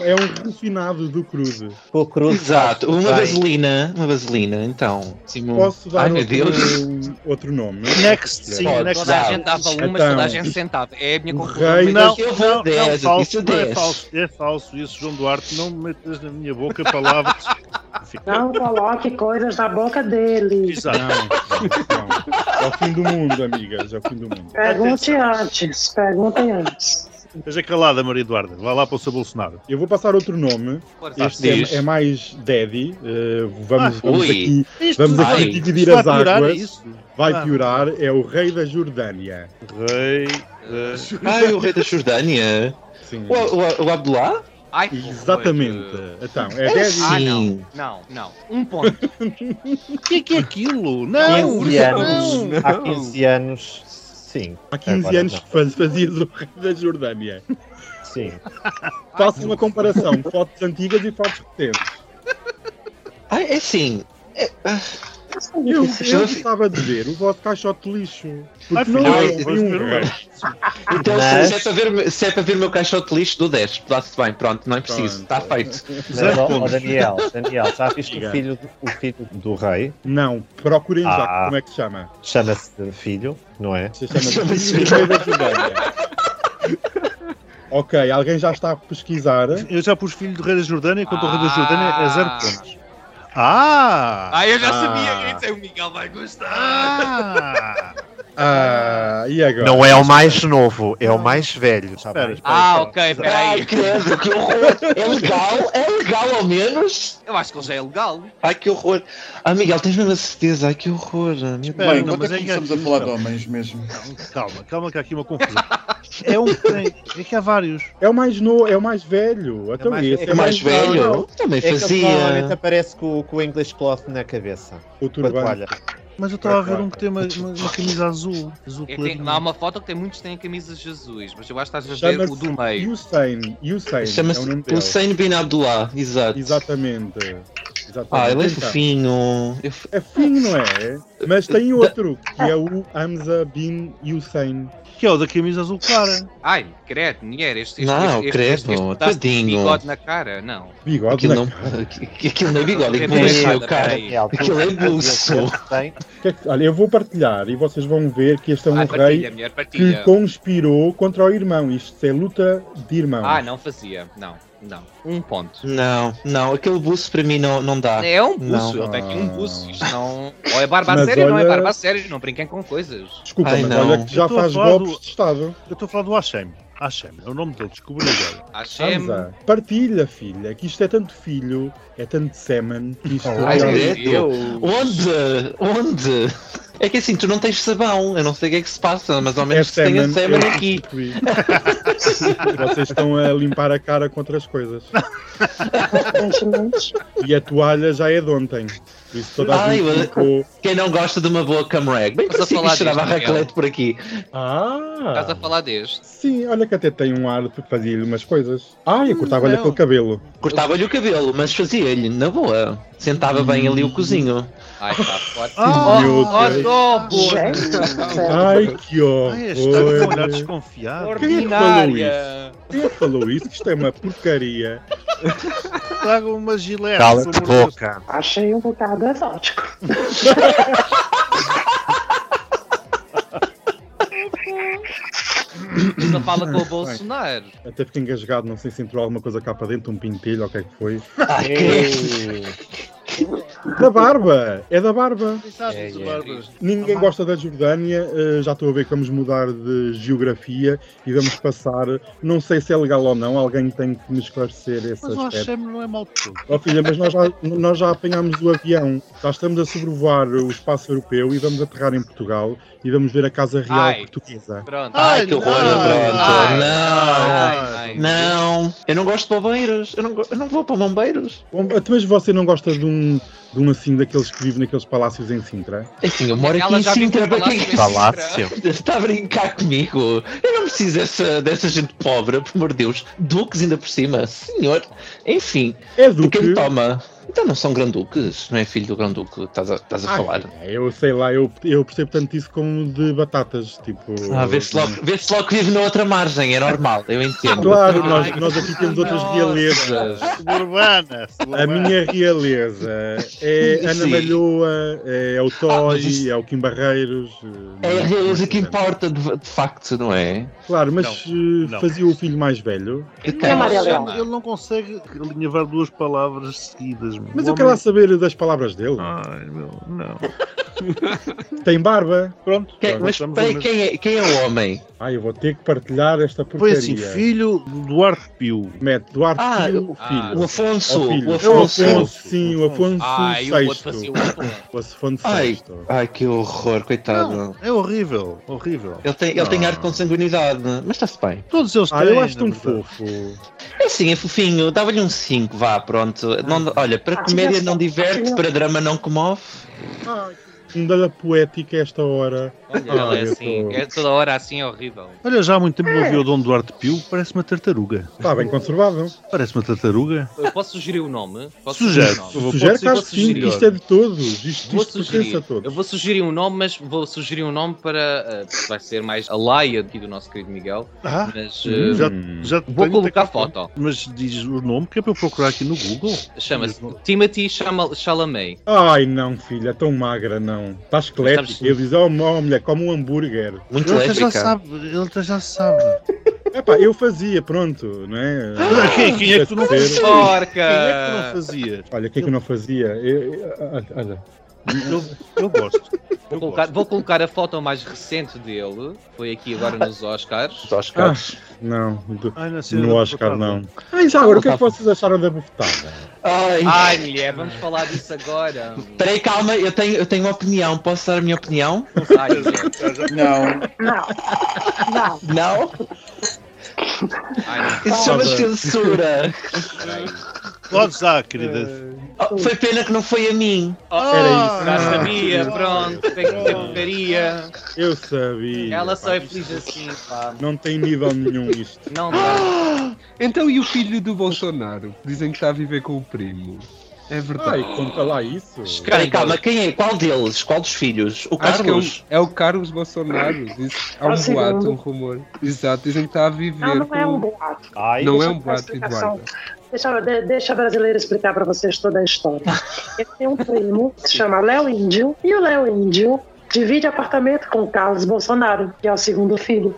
Speaker 3: É um refinado do Cruze.
Speaker 9: Com cruz.
Speaker 8: Exato, uma
Speaker 9: Vai.
Speaker 8: vaselina, uma vaselina, então. Simão.
Speaker 3: Posso dar
Speaker 8: Ai, meu Deus.
Speaker 3: outro, outro nome?
Speaker 4: Next, sim,
Speaker 8: Pode.
Speaker 4: next.
Speaker 5: Toda a gente dava uma, mas toda a
Speaker 3: Então,
Speaker 5: gente sentava. É a minha
Speaker 3: o
Speaker 5: conclusão.
Speaker 3: rei-
Speaker 4: Não,
Speaker 8: Eu vou
Speaker 4: não, não,
Speaker 8: dez, eu
Speaker 4: falso,
Speaker 8: disse
Speaker 4: não é
Speaker 8: dez.
Speaker 4: falso, é falso isso, João Duarte, não metas na minha boca palavras.
Speaker 2: Não coloque coisas na boca dele.
Speaker 3: Não,
Speaker 4: Exato.
Speaker 3: não, não. É o fim do mundo, amigas. É o fim do mundo.
Speaker 2: Pergunte antes. Perguntem antes.
Speaker 4: Esteja calada, Maria Eduarda, vá lá para o seu Bolsonaro.
Speaker 3: Eu vou passar outro nome.
Speaker 5: Força.
Speaker 3: Este
Speaker 8: diz.
Speaker 3: é, é mais Daddy. eh, vamos
Speaker 4: Ah,
Speaker 3: vamos
Speaker 8: ui.
Speaker 3: aqui,
Speaker 4: Isto
Speaker 3: vamos
Speaker 8: vai-
Speaker 3: aqui dividir
Speaker 4: isto
Speaker 3: as
Speaker 4: vai piorar, é
Speaker 3: águas.
Speaker 4: isso?
Speaker 3: Vai
Speaker 4: Ah.
Speaker 3: piorar. É o rei da Jordânia.
Speaker 4: Rei. eh,
Speaker 8: Ai, o rei da Jordânia.
Speaker 3: Sim.
Speaker 8: O, o, o Abdullah?
Speaker 5: Ai, pô,
Speaker 3: Exatamente.
Speaker 5: eh,
Speaker 3: Então, é
Speaker 8: Era
Speaker 3: Daddy.
Speaker 5: Ah,
Speaker 8: sim.
Speaker 5: não, não, não. Um ponto.
Speaker 4: O que é que é aquilo? Não!
Speaker 9: 15 anos.
Speaker 4: não.
Speaker 9: Há 15 anos. Sim.
Speaker 3: Há 15
Speaker 9: Agora
Speaker 3: anos
Speaker 9: não.
Speaker 3: que faz- fazias o rei da Jordânia.
Speaker 9: Sim.
Speaker 3: Faço uma comparação. Fotos antigas e fotos recentes.
Speaker 8: Ai, é sim.
Speaker 3: Eu, eu
Speaker 8: Sim.
Speaker 3: gostava de ver o vosso caixote de lixo.
Speaker 4: Ai,
Speaker 9: Ah,
Speaker 3: Porque não
Speaker 4: filha,
Speaker 3: é
Speaker 4: vamos
Speaker 3: nenhum
Speaker 4: ver o
Speaker 3: rei.
Speaker 8: Então,
Speaker 9: Mas-
Speaker 8: se, é para ver, se é para ver o meu caixote de lixo, dou 10. Dá-se bem, pronto, não é preciso. Está feito.
Speaker 9: Mas,
Speaker 4: Zero
Speaker 9: ó, ó,
Speaker 4: pontos.
Speaker 9: Daniel, Daniel, já viste
Speaker 3: Diga.
Speaker 9: o filho, o filho do rei?
Speaker 3: Não, procurem já
Speaker 9: Ah.
Speaker 3: como é que se chama.
Speaker 9: Chama-se filho, não é?
Speaker 3: Se chama Filho da Jordânia. Ok, alguém já está a pesquisar.
Speaker 4: Eu já pus filho do rei da Jordânia, enquanto o rei da Jordânia é zero
Speaker 5: Ah.
Speaker 4: pontos. Ah!
Speaker 5: Ah, eu já
Speaker 3: Ah.
Speaker 5: sabia isso. O Miguel vai gostar.
Speaker 4: Ah!
Speaker 3: Ah, e agora?
Speaker 10: Não é o mais novo, é o mais velho. Tá
Speaker 4: Espera,
Speaker 10: bem?
Speaker 4: espera,
Speaker 5: Ah,
Speaker 4: espera.
Speaker 5: ok,
Speaker 8: Ai,
Speaker 5: peraí.
Speaker 8: credo, que horror! É legal? É legal ao menos?
Speaker 5: Eu acho que ele já é legal.
Speaker 8: Ai, que horror! Ah, Miguel, tens mesmo a certeza? Ai, que horror! Meu Deus.
Speaker 4: Espera,
Speaker 7: Bem,
Speaker 4: não,
Speaker 7: quando
Speaker 4: mas
Speaker 7: é que
Speaker 4: é que
Speaker 7: começamos
Speaker 4: é
Speaker 7: a falar de
Speaker 4: difícil.
Speaker 7: homens mesmo?
Speaker 4: Calma, calma que há aqui uma confusão. É um que tem. É que há vários.
Speaker 3: É o mais novo, é o mais velho. Então
Speaker 9: mais-
Speaker 3: esse
Speaker 9: é
Speaker 3: é,
Speaker 8: É mais
Speaker 3: mais
Speaker 8: velho?
Speaker 3: novo.
Speaker 8: Também
Speaker 9: É que ele provavelmente
Speaker 8: fazia.
Speaker 9: aparece com, com o English cloth na cabeça.
Speaker 3: O
Speaker 9: Com a
Speaker 3: turbante.
Speaker 9: toalha.
Speaker 4: Mas eu estava a ver um que tem uma, uma- uma camisa azul. Azul
Speaker 5: É,
Speaker 4: clarinho.
Speaker 5: tem- há uma foto que tem muitos que têm camisas de Jesus, mas eu acho que estás a ver o do
Speaker 3: Chama-se
Speaker 5: meio.
Speaker 3: Usain. Usain. é o
Speaker 8: Chama-se
Speaker 3: nome dele.
Speaker 8: Hussein Bin Abdullah, exato.
Speaker 3: Exatamente. Exatamente.
Speaker 8: Ah, ele é
Speaker 3: Então,
Speaker 8: fofinho. Eu f-
Speaker 3: É fino, não é? Mas tem outro, que é o Hamza Bin Hussein.
Speaker 4: Que é o da camisa azul clara.
Speaker 5: Ai, credo, mulher, este, este,
Speaker 8: Não,
Speaker 5: este, este,
Speaker 8: credo,
Speaker 5: este, este pedaço de
Speaker 8: tadinho.
Speaker 5: bigode na cara, não.
Speaker 3: Bigode
Speaker 8: Aquilo
Speaker 3: na
Speaker 8: não,
Speaker 3: cara.
Speaker 8: aqu- aquilo não é bigode, aquilo
Speaker 5: Tem
Speaker 8: é
Speaker 5: errado,
Speaker 8: seu, cara.
Speaker 5: peraí.
Speaker 9: É,
Speaker 8: Aquilo é buço.
Speaker 9: Tem.
Speaker 3: Que é que- Olha, eu vou partilhar e vocês vão ver que este é um
Speaker 5: Ah, partilha,
Speaker 3: rei
Speaker 5: mulher,
Speaker 3: que
Speaker 5: partilha.
Speaker 3: conspirou contra o irmão. Isto é luta de irmãos.
Speaker 5: Ah, não fazia, não, não. Um ponto.
Speaker 8: Não, não, aquele buço para mim não, não dá.
Speaker 5: É um buço,
Speaker 3: não.
Speaker 5: ele tem aqui um buço. Isto não. Ou é barba a
Speaker 3: Mas
Speaker 5: sério ou não é
Speaker 3: olha-
Speaker 5: barba a sério, não brinquem com coisas.
Speaker 3: Desculpa,
Speaker 8: Ai,
Speaker 3: mas
Speaker 8: não.
Speaker 3: olha que
Speaker 4: Eu
Speaker 3: já
Speaker 4: tô a
Speaker 3: faz
Speaker 4: falar do-
Speaker 3: golpes de Estado.
Speaker 4: Eu estou a falar do Hashem. Hashem, é o nome dele, descobri agora.
Speaker 5: Achei.
Speaker 3: Hamza, partilha, filha, que isto é tanto filho, é tanto semen, que isto
Speaker 8: Oh,
Speaker 3: é
Speaker 8: Ai,
Speaker 3: realmente-
Speaker 8: credo. Onde? Onde? É que assim, tu não tens sabão, eu não sei o que é que se passa, mas ao menos tem a
Speaker 3: É semen,
Speaker 8: semen
Speaker 3: eu
Speaker 8: aqui.
Speaker 3: substituí. Vocês estão a limpar a cara contra as coisas.
Speaker 2: Aparentemente.
Speaker 3: E a toalha já é de ontem. Por isso toda a
Speaker 8: Ai,
Speaker 3: gente
Speaker 8: mas-
Speaker 3: ficou.
Speaker 8: Quem não gosta de uma boa camrag? Bem
Speaker 5: Estás
Speaker 8: parecia
Speaker 5: a
Speaker 8: que
Speaker 5: falar
Speaker 8: isto cheirava a
Speaker 5: disto, Miguel.
Speaker 8: raclette por aqui. Tá
Speaker 5: Estás a
Speaker 3: Ah!
Speaker 5: falar deste.
Speaker 3: Sim, olha que até tem um ar de fazer umas coisas. Ah, eu cortava-lhe
Speaker 4: Hum, não.
Speaker 3: aquele cabelo.
Speaker 8: Cortava-lhe o cabelo, mas fazia-lhe, na boa. Sentava bem ali o cozinho.
Speaker 5: Ai, tá forte.
Speaker 4: Ah,
Speaker 5: oh, oh,
Speaker 3: ok.
Speaker 5: dobro!
Speaker 2: Gente,
Speaker 3: Ai, que
Speaker 4: Ah, este está com um olhar
Speaker 3: horror!
Speaker 4: desconfiado.
Speaker 3: Quem é que
Speaker 5: Ordinária!
Speaker 3: Quem é que falou isso? Que isto é uma porcaria.
Speaker 4: Traga uma gilete.
Speaker 10: Cala-te
Speaker 4: pelo amor de
Speaker 10: boca.
Speaker 2: achei um bocado exótico.
Speaker 5: Não fala com o Bolsonaro.
Speaker 3: Até fiquei engasgado, não sei se entrou alguma coisa cá para dentro, um pintelho ou o que é que foi.
Speaker 8: Ai, que...
Speaker 3: Da barba! É da barba!
Speaker 4: Deus. Sabes,
Speaker 9: É, é.
Speaker 4: Bárbara?
Speaker 3: Ninguém
Speaker 4: Ah,
Speaker 3: gosta da Jordânia, eh, já estou a ver que vamos mudar de geografia e vamos passar. Não sei se é legal ou não, alguém tem que me esclarecer esse
Speaker 4: Mas o
Speaker 3: aspecto.
Speaker 4: Hashem não é mal de tudo.
Speaker 3: Oh filha, mas nós já, nós já apanhámos o avião, já estamos a sobrevoar o espaço europeu e vamos aterrar em Portugal e vamos ver a Casa Real
Speaker 5: Ai.
Speaker 3: Portuguesa.
Speaker 5: Pronto.
Speaker 8: Ai, que horror,
Speaker 4: não,
Speaker 8: pronto.
Speaker 5: ai,
Speaker 8: não.
Speaker 5: Ai, ai.
Speaker 8: Não, eu não gosto de bombeiros. Eu não, go- eu não vou para bombeiros.
Speaker 3: Bom, até mas você não gosta de um, de um assim daqueles que vivem naqueles palácios em Sintra?
Speaker 8: É Assim, eu moro aqui
Speaker 5: Ela
Speaker 8: em
Speaker 5: já viveu
Speaker 8: Sintra, para
Speaker 5: palácio
Speaker 8: quem
Speaker 5: em
Speaker 10: Palácio.
Speaker 8: está a brincar comigo? Eu não preciso dessa, dessa gente pobre, por amor de Deus. Duques ainda por cima, senhor. Enfim,
Speaker 3: É
Speaker 8: do
Speaker 3: do
Speaker 8: que
Speaker 3: que.
Speaker 8: me toma? Então não são granduques, não é filho do granduque que estás a, estás a
Speaker 3: Ah,
Speaker 8: falar.
Speaker 3: filha, eu sei lá, eu, eu percebo tanto isso como de batatas, tipo.
Speaker 8: Ah, vê-se logo, vê logo que vive na outra margem, é normal, eu entendo.
Speaker 3: Claro,
Speaker 5: Ai,
Speaker 3: nós, nós aqui temos outras
Speaker 5: nossa.
Speaker 3: realezas.
Speaker 4: Suburbana.
Speaker 3: A
Speaker 4: suburbana.
Speaker 3: minha realeza é Ana
Speaker 8: Sim.
Speaker 3: Malhoa, é o
Speaker 8: Ah,
Speaker 3: Toy,
Speaker 8: mas isso-
Speaker 3: é o Kim Barreiros. hum,
Speaker 8: É a realeza que
Speaker 3: Kim
Speaker 8: importa, de, de facto, não é?
Speaker 3: Claro, mas eh,
Speaker 4: não.
Speaker 3: fazia o filho mais velho.
Speaker 2: Quem é Maria
Speaker 4: Ele-
Speaker 2: Leal?
Speaker 4: Ele não consegue alinhavar duas palavras seguidas. meu.
Speaker 3: Mas
Speaker 4: O
Speaker 3: eu quero lá
Speaker 4: homem- é um Ah.
Speaker 3: saber das palavras dele.
Speaker 4: Ai, meu, não.
Speaker 3: Tem barba?
Speaker 4: Pronto.
Speaker 8: Quem,
Speaker 4: pronto,
Speaker 8: mas
Speaker 4: estamos
Speaker 8: peraí,
Speaker 4: a-
Speaker 8: quem é, quem é o homem?
Speaker 3: Ah, eu vou ter que partilhar esta
Speaker 4: Foi
Speaker 3: porcaria.
Speaker 4: assim, filho do Duarte Pio.
Speaker 3: Mete Duarte
Speaker 8: Ah,
Speaker 3: Filho,
Speaker 8: eu-
Speaker 5: ah,
Speaker 3: filho.
Speaker 8: O Afonso,
Speaker 3: Ó, filho.
Speaker 8: o
Speaker 3: É o
Speaker 8: Afonso.
Speaker 3: Afonso, sim, o Afonso
Speaker 5: Ah,
Speaker 4: é
Speaker 5: e o outro fazia
Speaker 3: VI.
Speaker 5: o outro.
Speaker 3: O Afonso
Speaker 8: Ai.
Speaker 3: VI.
Speaker 8: Ai, que horror, coitado.
Speaker 4: Não, é horrível, horrível.
Speaker 8: Ele tem, ele tem ar de consanguinidade, mas está-se bem.
Speaker 4: Todos eles
Speaker 3: Ah,
Speaker 4: têm.
Speaker 3: eu acho tão
Speaker 4: na verdade.
Speaker 3: fofo.
Speaker 8: É sim, é fofinho. Dava-lhe um 5, vá, pronto. Não- olha, para
Speaker 2: Ah,
Speaker 8: comédia
Speaker 2: tivesse-
Speaker 8: não diverte,
Speaker 2: tivesse-
Speaker 8: para drama não comove.
Speaker 3: Ainda Um da poética a esta hora.
Speaker 5: Olha,
Speaker 3: Ah,
Speaker 5: ela é
Speaker 3: eu
Speaker 5: assim,
Speaker 3: tô-
Speaker 5: é toda hora assim, é horrível.
Speaker 4: Olha, já há muito tempo não vi o Dom Duarte Pio, parece uma tartaruga.
Speaker 3: Está bem conservado.
Speaker 4: Parece uma tartaruga.
Speaker 5: Eu posso sugerir o nome? Posso
Speaker 4: Sugere.
Speaker 5: sugerir o nome?
Speaker 4: Vou-
Speaker 3: Sugere
Speaker 5: vou
Speaker 3: que sim,
Speaker 5: sugerir.
Speaker 3: que isto é de todos. Isto,
Speaker 5: Vou
Speaker 3: isto pertence a
Speaker 5: sugerir. Eu
Speaker 3: todos.
Speaker 5: vou sugerir um nome, mas vou sugerir um nome para. ah, porque vai ser mais a laia aqui do nosso querido Miguel.
Speaker 4: Ah,
Speaker 5: Mas.
Speaker 3: Hum,
Speaker 5: ah,
Speaker 4: já-
Speaker 3: hum.
Speaker 4: já
Speaker 5: Vou
Speaker 4: tenho-
Speaker 5: colocar a foto.
Speaker 4: Mas diz o nome que é para eu procurar aqui no Google.
Speaker 5: Chama-se Timothy Chama- Chalamet.
Speaker 3: Ai não, filha, tão magra não. Está esquelética.
Speaker 5: Sabes-
Speaker 3: oh, Eu disse, oh, mulher, come um hambúrguer.
Speaker 8: Muito
Speaker 4: Ele até já
Speaker 8: lésbica.
Speaker 4: sabe, ele até já sabe.
Speaker 3: Epá, eu fazia, pronto, não é?
Speaker 4: Ah, quem- quem é que tu não fazias?
Speaker 5: Porca!
Speaker 4: Quem é que tu não fazias?
Speaker 3: Olha, quem é que eu não fazia? Eu- eu- olha,
Speaker 4: Eu, eu gosto.
Speaker 5: Vou colocar, vou colocar a foto mais recente dele. Foi aqui agora nos Oscars.
Speaker 8: Os Oscars.
Speaker 3: não, do-
Speaker 4: Ai, não sei,
Speaker 3: no
Speaker 4: não
Speaker 3: Oscar
Speaker 4: vou
Speaker 3: não. Ah, e já agora, o que é que
Speaker 8: Voltava.
Speaker 3: vocês acharam da bofetada?
Speaker 8: Ai,
Speaker 5: Ai, mulher, vamos falar disso agora.
Speaker 8: peraí, calma, eu tenho, eu tenho uma opinião. Posso dar a minha opinião?
Speaker 5: Ai, mulher.
Speaker 7: Não,
Speaker 2: Não, não.
Speaker 8: Não?
Speaker 5: Ai,
Speaker 8: Isso chama-se censura.
Speaker 5: peraí.
Speaker 4: Podes dar, querida.
Speaker 8: Oh, foi pena que não foi a mim.
Speaker 5: Oh, Já
Speaker 3: Ah,
Speaker 5: sabia, pronto, tem que ter porcaria.
Speaker 3: Eu sabia.
Speaker 5: Ela só
Speaker 3: pá,
Speaker 5: é feliz assim, pá.
Speaker 3: Não tem nível nenhum isto.
Speaker 5: Não dá.
Speaker 6: Então, e o filho do Bolsonaro? Dizem que está a viver com o primo. É
Speaker 3: Ai,
Speaker 6: verdade.
Speaker 3: conta lá isso.
Speaker 8: Peraí, calma, quem é? Qual deles? Qual dos filhos? O
Speaker 6: Acho que é o,
Speaker 8: Carlos?
Speaker 6: é o Carlos Bolsonaro. Diz, há
Speaker 2: É o
Speaker 6: um
Speaker 2: segundo.
Speaker 6: boato, um rumor. Exato, dizem que está a viver
Speaker 2: Não, não é um
Speaker 6: com...
Speaker 2: boato.
Speaker 9: Ai,
Speaker 2: Deixa
Speaker 6: Não é um
Speaker 2: eu dar uma
Speaker 6: boato,
Speaker 2: explicação.
Speaker 6: Eduardo.
Speaker 2: Deixa, de- deixa a brasileira explicar para vocês toda a história. Eu tenho um primo que se chama Léo Índio, e o Léo Índio divide apartamento com o Carlos Bolsonaro, que é o segundo filho.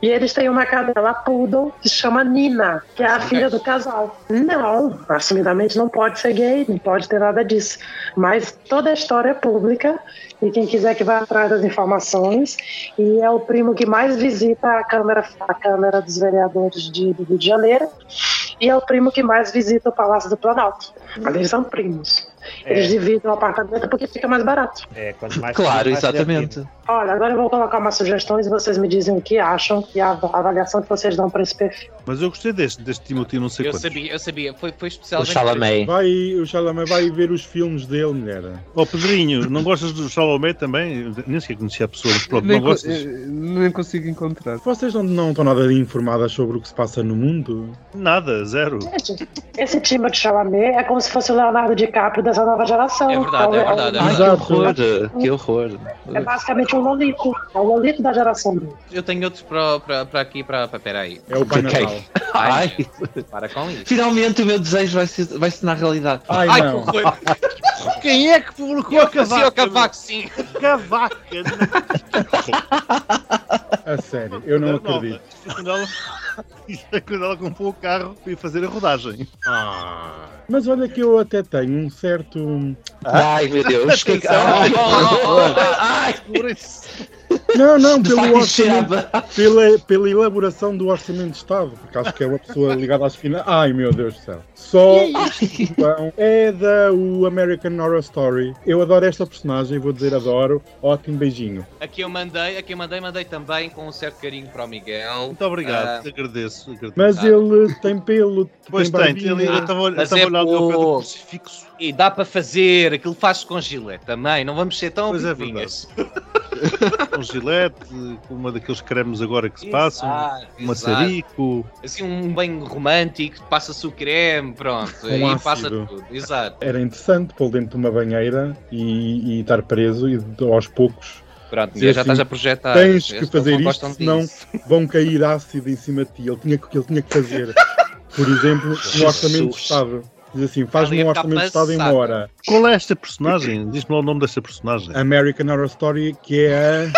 Speaker 2: E eles têm uma cadela poodle que se chama Nina, que é a filha do casal. Não, assumidamente não pode ser gay, não pode ter nada disso. Mas toda a história é pública, e quem quiser que vá atrás das informações. E é o primo que mais visita a Câmara, a Câmara dos Vereadores de, do Rio de Janeiro e é o primo que mais visita o Palácio do Planalto. Mas eles são primos.
Speaker 9: É.
Speaker 2: Eles dividem o apartamento porque fica mais barato.
Speaker 9: É, quanto mais
Speaker 8: Claro,
Speaker 9: mais
Speaker 8: exatamente.
Speaker 2: Olha, agora eu vou colocar umas sugestões e vocês me dizem o que acham e a a avaliação que vocês dão para esse perfil.
Speaker 4: Mas eu gostei deste, deste Timothy, não sei
Speaker 5: Eu
Speaker 4: quantos.
Speaker 5: sabia, eu sabia. Foi,
Speaker 8: O
Speaker 5: foi especialmente.
Speaker 8: Chalamet.
Speaker 3: Vai, o Chalamet vai ver os filmes dele, mulher.
Speaker 4: Ó Oh, Pedrinho, não gostas do Salomé também? Eu Nem sequer conhecia a pessoa, mas pronto,
Speaker 6: Nem,
Speaker 4: não
Speaker 6: co-
Speaker 4: gostas?
Speaker 6: eh, nem consigo encontrar.
Speaker 3: Vocês não, não estão nada informadas sobre o que se passa no mundo?
Speaker 4: Nada, zero.
Speaker 2: Gente, esse time de Chalamet é como se fosse o Leonardo DiCaprio dessa nova geração.
Speaker 5: É verdade, é verdade, é
Speaker 8: Ai, que
Speaker 5: verdade.
Speaker 8: horror, que horror.
Speaker 2: É basicamente um lolito. É o lolito da geração dele.
Speaker 5: Eu tenho outros para para- para aqui, para. para- Peraí.
Speaker 3: É o Pai
Speaker 8: Ok.
Speaker 3: Natal.
Speaker 8: Ai,
Speaker 5: Para com isso.
Speaker 8: finalmente o meu desejo vai ser, vai ser na realidade.
Speaker 3: Ai,
Speaker 5: Ai,
Speaker 3: não.
Speaker 5: que foi.
Speaker 4: Quem é que publicou
Speaker 5: Eu fazia o cavaco, sim.
Speaker 4: Cavaca!
Speaker 3: A sério, eu não acredito.
Speaker 4: Isso foi é quando ela- isso foi quando ela comprou o carro e ia fazer a rodagem.
Speaker 3: Mas olha que eu até tenho um certo.
Speaker 8: Ai, meu Deus. que- Ai, ai,
Speaker 3: Não, não,
Speaker 8: de
Speaker 3: pelo
Speaker 8: facto
Speaker 3: orçamento,
Speaker 8: cheirava.
Speaker 3: pela, pela elaboração do Orçamento de Estado, porque acho que é uma pessoa ligada às finanças. Ai meu Deus do céu. Só Então, é da o American Horror Story. Eu adoro esta personagem, vou dizer adoro. Ótimo beijinho.
Speaker 5: Aqui eu mandei, aqui eu mandei, mandei também com um certo carinho para o Miguel.
Speaker 4: Muito obrigado, agradeço. agradeço.
Speaker 3: Mas
Speaker 5: Ah.
Speaker 3: ele tem pelo,
Speaker 4: Pois
Speaker 3: tem
Speaker 4: tem,
Speaker 3: barbinha.
Speaker 4: tem ali- eu estava eu
Speaker 5: Mas
Speaker 4: estava a
Speaker 5: é
Speaker 4: olhar o meu pé do
Speaker 5: pouco.
Speaker 4: crucifixo.
Speaker 5: E dá para fazer, aquilo faz com gilete também, não vamos ser tão
Speaker 4: Pois é,
Speaker 5: picuinhas.
Speaker 4: com um gilete, com uma daqueles cremes agora que se
Speaker 5: Exato,
Speaker 4: passam, um
Speaker 5: exato.
Speaker 4: maçarico.
Speaker 5: Assim, um banho romântico, passa-se o creme, pronto. e
Speaker 3: Um ácido.
Speaker 5: passa tudo, exato.
Speaker 3: Era interessante pô-lo dentro de uma banheira e, e estar preso e de- aos poucos
Speaker 5: Pronto,
Speaker 3: Sim,
Speaker 5: Miguel, já
Speaker 3: sim.
Speaker 5: estás a projetar.
Speaker 3: Tens que
Speaker 5: Eles Ah, não
Speaker 3: fazer isto,
Speaker 5: gostam
Speaker 3: senão-
Speaker 5: disso.
Speaker 3: vão cair ácido em cima de ti. Ele tinha, que- ele tinha que fazer, por exemplo, um orçamento de Estado. Diz assim, faz-me um
Speaker 5: Ele ia ficar
Speaker 3: orçamento de Estado em uma
Speaker 5: passado.
Speaker 3: hora.
Speaker 4: Qual é esta personagem? Diz-me lá o nome desta personagem.
Speaker 3: American Horror Story, que é a... eh,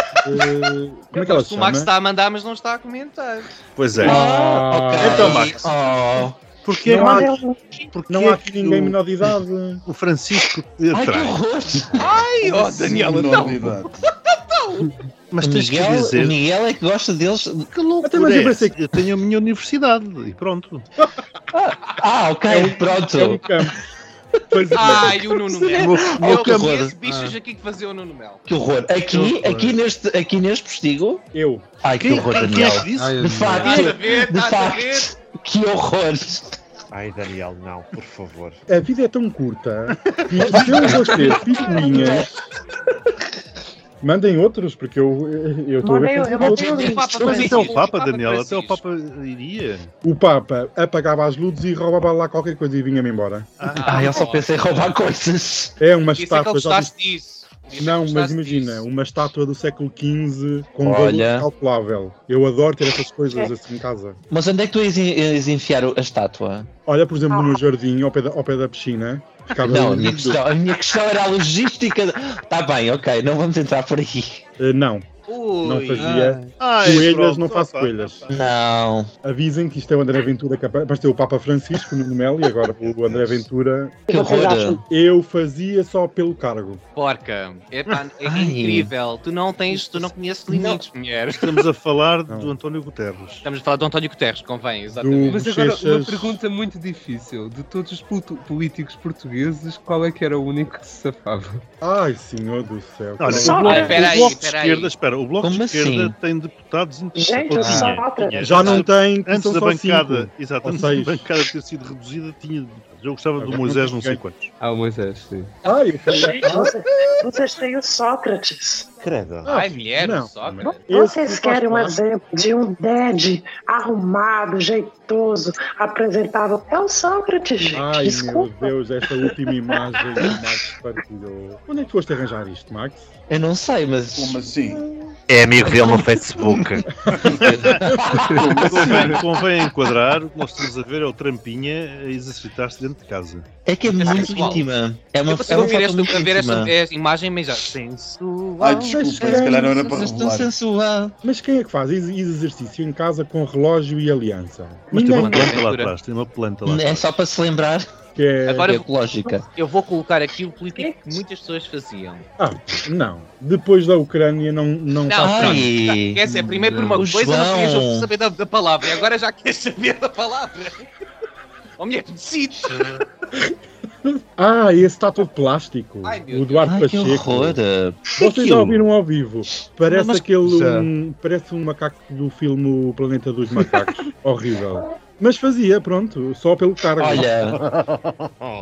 Speaker 3: como é que ela se
Speaker 5: o
Speaker 3: chama?
Speaker 5: Max tá- está a mandar, mas não está a comentar.
Speaker 4: Pois é.
Speaker 8: Ah, ok.
Speaker 4: Então, Max.
Speaker 8: Oh.
Speaker 4: Porquê,
Speaker 3: Não
Speaker 4: Max?
Speaker 2: Mas eu-
Speaker 4: Porquê
Speaker 3: Não há aqui
Speaker 4: que
Speaker 3: é ninguém
Speaker 4: o-
Speaker 3: menor de idade.
Speaker 4: O Francisco
Speaker 8: Ai, que
Speaker 4: te atrai.
Speaker 8: horror.
Speaker 5: Ai, ó, Daniela, não.
Speaker 4: Mas
Speaker 8: O
Speaker 4: tens que
Speaker 8: Miguel, o
Speaker 4: dizer.
Speaker 8: Miguel é que gosta deles.
Speaker 4: Que loucura
Speaker 3: mas eu
Speaker 4: é
Speaker 3: pensei
Speaker 4: essa? Eu tenho a minha universidade e pronto.
Speaker 8: Ah, ok, pronto.
Speaker 3: É um campo. Pois é.
Speaker 5: Ai, o Nuno Mel. Eu
Speaker 8: campo.
Speaker 5: conheço bichos aqui que faziam o Nuno Mel.
Speaker 8: Que horror. Aqui, aqui, neste, aqui neste postigo.
Speaker 3: Eu.
Speaker 8: Ai, que horror, Daniel.
Speaker 4: é que disse?
Speaker 6: Ai, eu
Speaker 8: De
Speaker 3: Ah.
Speaker 5: Estás a
Speaker 8: facto,
Speaker 5: ver,
Speaker 8: de
Speaker 5: estás a ver.
Speaker 8: facto. Que horror.
Speaker 9: Rápido. Ai, Daniel, não, por favor.
Speaker 3: A vida é tão curta que se eu vou ter picuinhas. Mandem outros, porque eu eu estou a ver.
Speaker 2: Mandei-
Speaker 3: que
Speaker 2: eu
Speaker 3: tem
Speaker 2: mandei o
Speaker 3: outros.
Speaker 2: link.
Speaker 4: Mas
Speaker 3: é
Speaker 4: até o
Speaker 5: é Francisco,
Speaker 4: Papa, Daniel, até o
Speaker 5: Francisco.
Speaker 4: Papa iria.
Speaker 3: O Papa apagava as luzes e roubava lá qualquer coisa e vinha-me embora.
Speaker 5: Ah,
Speaker 8: Ai, eu só
Speaker 5: ó.
Speaker 8: pensei em roubar coisas.
Speaker 3: É uma
Speaker 5: Isso é que ele
Speaker 3: estátua. já
Speaker 5: gostasse
Speaker 3: viste?
Speaker 5: disso. Isso é que
Speaker 3: Não, mas
Speaker 5: gostasse
Speaker 3: imagina, é um-
Speaker 5: disso.
Speaker 3: uma estátua do século XV com
Speaker 8: Olha.
Speaker 3: valor calculável. Eu adoro ter essas coisas assim em casa.
Speaker 8: Mas onde é que tu ias, ias enfiar o- a estátua?
Speaker 3: Olha, por exemplo, no meu jardim, ao pé da, ao pé da piscina, ficava
Speaker 8: Não, a
Speaker 3: um-
Speaker 8: minha, Tá questão, a minha questão era a logística. Está bem, ok, não vamos entrar por aí.
Speaker 3: Eh, não. Não fazia.
Speaker 4: Ah, é.
Speaker 3: coelhas, não faço coelhas.
Speaker 8: Não.
Speaker 3: Avisem que isto é o André Ventura capaz. Mas tem o Papa Francisco no Mel e agora o André Ventura.
Speaker 5: Que horror.
Speaker 3: Eu fazia só pelo cargo.
Speaker 5: Porca, Epá, é, incrível. Tu não tens, tu não conheces limites, mulher.
Speaker 4: Estamos a falar do António Guterres.
Speaker 5: Estamos a falar do António Guterres, convém, exatamente.
Speaker 6: Mas agora, uma pergunta muito difícil. De todos os puto- políticos portugueses, qual é que era o único que se safava?
Speaker 3: Ai, senhor do céu.
Speaker 4: Olha,
Speaker 6: Só-
Speaker 4: o bloco,
Speaker 6: Ai, peraí,
Speaker 4: o bloco de
Speaker 6: peraí.
Speaker 4: esquerda, espera, o bloco
Speaker 6: Como
Speaker 4: de esquerda
Speaker 6: assim?
Speaker 4: tem deputados em-
Speaker 6: Gente,
Speaker 4: Ah.
Speaker 6: só outra.
Speaker 4: Tinha-
Speaker 3: Já não
Speaker 4: antes-
Speaker 3: tem, que
Speaker 4: antes
Speaker 3: são
Speaker 4: da
Speaker 3: só
Speaker 4: bancada,
Speaker 3: cinco,
Speaker 4: exato,
Speaker 3: ou
Speaker 4: antes da
Speaker 3: seis.
Speaker 4: bancada ter sido reduzida, tinha eu gostava do
Speaker 3: Agora
Speaker 4: Moisés,
Speaker 3: não
Speaker 4: não sei
Speaker 3: tem.
Speaker 4: quantos.
Speaker 6: Ah, o Moisés, sim.
Speaker 3: Ai,
Speaker 2: Gente, vocês, vocês têm o Sócrates.
Speaker 9: Credo.
Speaker 5: Ai, mulher,
Speaker 2: não.
Speaker 5: Sócrates.
Speaker 2: Vocês querem um exemplo de um dad arrumado, jeitoso, apresentável? É o Sócrates, gente.
Speaker 3: Ai,
Speaker 2: Desculpa.
Speaker 3: meu Deus, esta última imagem que o Max partilhou. Onde é que foste arranjar isto, Max?
Speaker 8: Eu não sei, mas.
Speaker 7: Como assim?
Speaker 10: É amigo dele no Facebook.
Speaker 4: convém, convém enquadrar, o que nós estamos a ver é o Trampinha a exercitar-se dentro de casa.
Speaker 8: É que é muito
Speaker 5: sensual.
Speaker 8: íntima. É uma,
Speaker 5: eu
Speaker 8: é
Speaker 5: consigo
Speaker 8: uma
Speaker 5: ouvir
Speaker 8: foto
Speaker 5: esta-
Speaker 8: muito
Speaker 5: a ver esta é
Speaker 8: íntima.
Speaker 5: esta imagem, mas já sensual.
Speaker 7: Ai, desculpa, se calhar não
Speaker 3: é
Speaker 7: era para
Speaker 8: Vocês estão
Speaker 7: revelar.
Speaker 8: sensual.
Speaker 3: Mas quem é que faz ex- exercício em casa com relógio e aliança?
Speaker 4: Mas tem uma
Speaker 3: Ninguém.
Speaker 4: planta lá atrás, tem uma planta lá
Speaker 8: É
Speaker 4: atrás.
Speaker 8: só para se lembrar
Speaker 3: Que é-
Speaker 5: Agora
Speaker 8: que é
Speaker 5: eu,
Speaker 8: ecológica.
Speaker 5: eu vou colocar aqui o político que muitas pessoas faziam.
Speaker 3: Ah, não. Depois da Ucrânia não, não,
Speaker 5: Não,
Speaker 3: faz
Speaker 5: pronto.
Speaker 3: nada.
Speaker 8: Ai.
Speaker 5: Quer dizer, primeiro por uma
Speaker 8: É. O
Speaker 5: coisa, não querias
Speaker 8: João.
Speaker 5: saber da, da palavra, e agora já queres saber da palavra. Oh, mulher, tu decides.
Speaker 3: Ah, esse está todo plástico.
Speaker 5: Ai, meu
Speaker 3: o Eduardo
Speaker 8: Ai, que horror.
Speaker 3: Pacheco. Vocês já ouviram ao vivo. Parece
Speaker 10: Mas-
Speaker 3: aquele.
Speaker 10: Já.
Speaker 3: um- parece um macaco do filme O Planeta dos Macacos. Horrível. Mas fazia, pronto, só pelo cargo.
Speaker 8: Olha,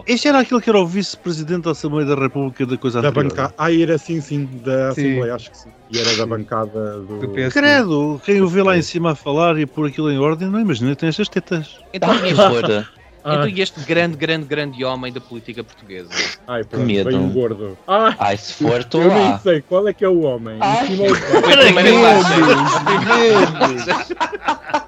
Speaker 4: Este era aquele que era o vice-presidente da Assembleia da República da coisa
Speaker 3: Da
Speaker 4: anterior.
Speaker 3: bancada. Ah, era sim, sim, da
Speaker 6: Sim.
Speaker 3: Assembleia, acho que sim. E era da bancada do.
Speaker 6: Do PS.
Speaker 4: Credo, quem o vê lá em cima a falar e a pôr aquilo em ordem, não imagina que tem estas tetas.
Speaker 5: Então, e
Speaker 8: que
Speaker 5: este,
Speaker 8: horror.
Speaker 5: então, e este grande, grande, grande homem da política portuguesa?
Speaker 3: Ai, pronto,
Speaker 8: medo.
Speaker 3: veio um gordo. Ai,
Speaker 8: Ai, se for, estou
Speaker 3: eu nem
Speaker 8: lá.
Speaker 3: sei qual é que é o homem.
Speaker 8: Ai.
Speaker 3: Em cima ou debaixo?
Speaker 5: Foi a primeira faixa.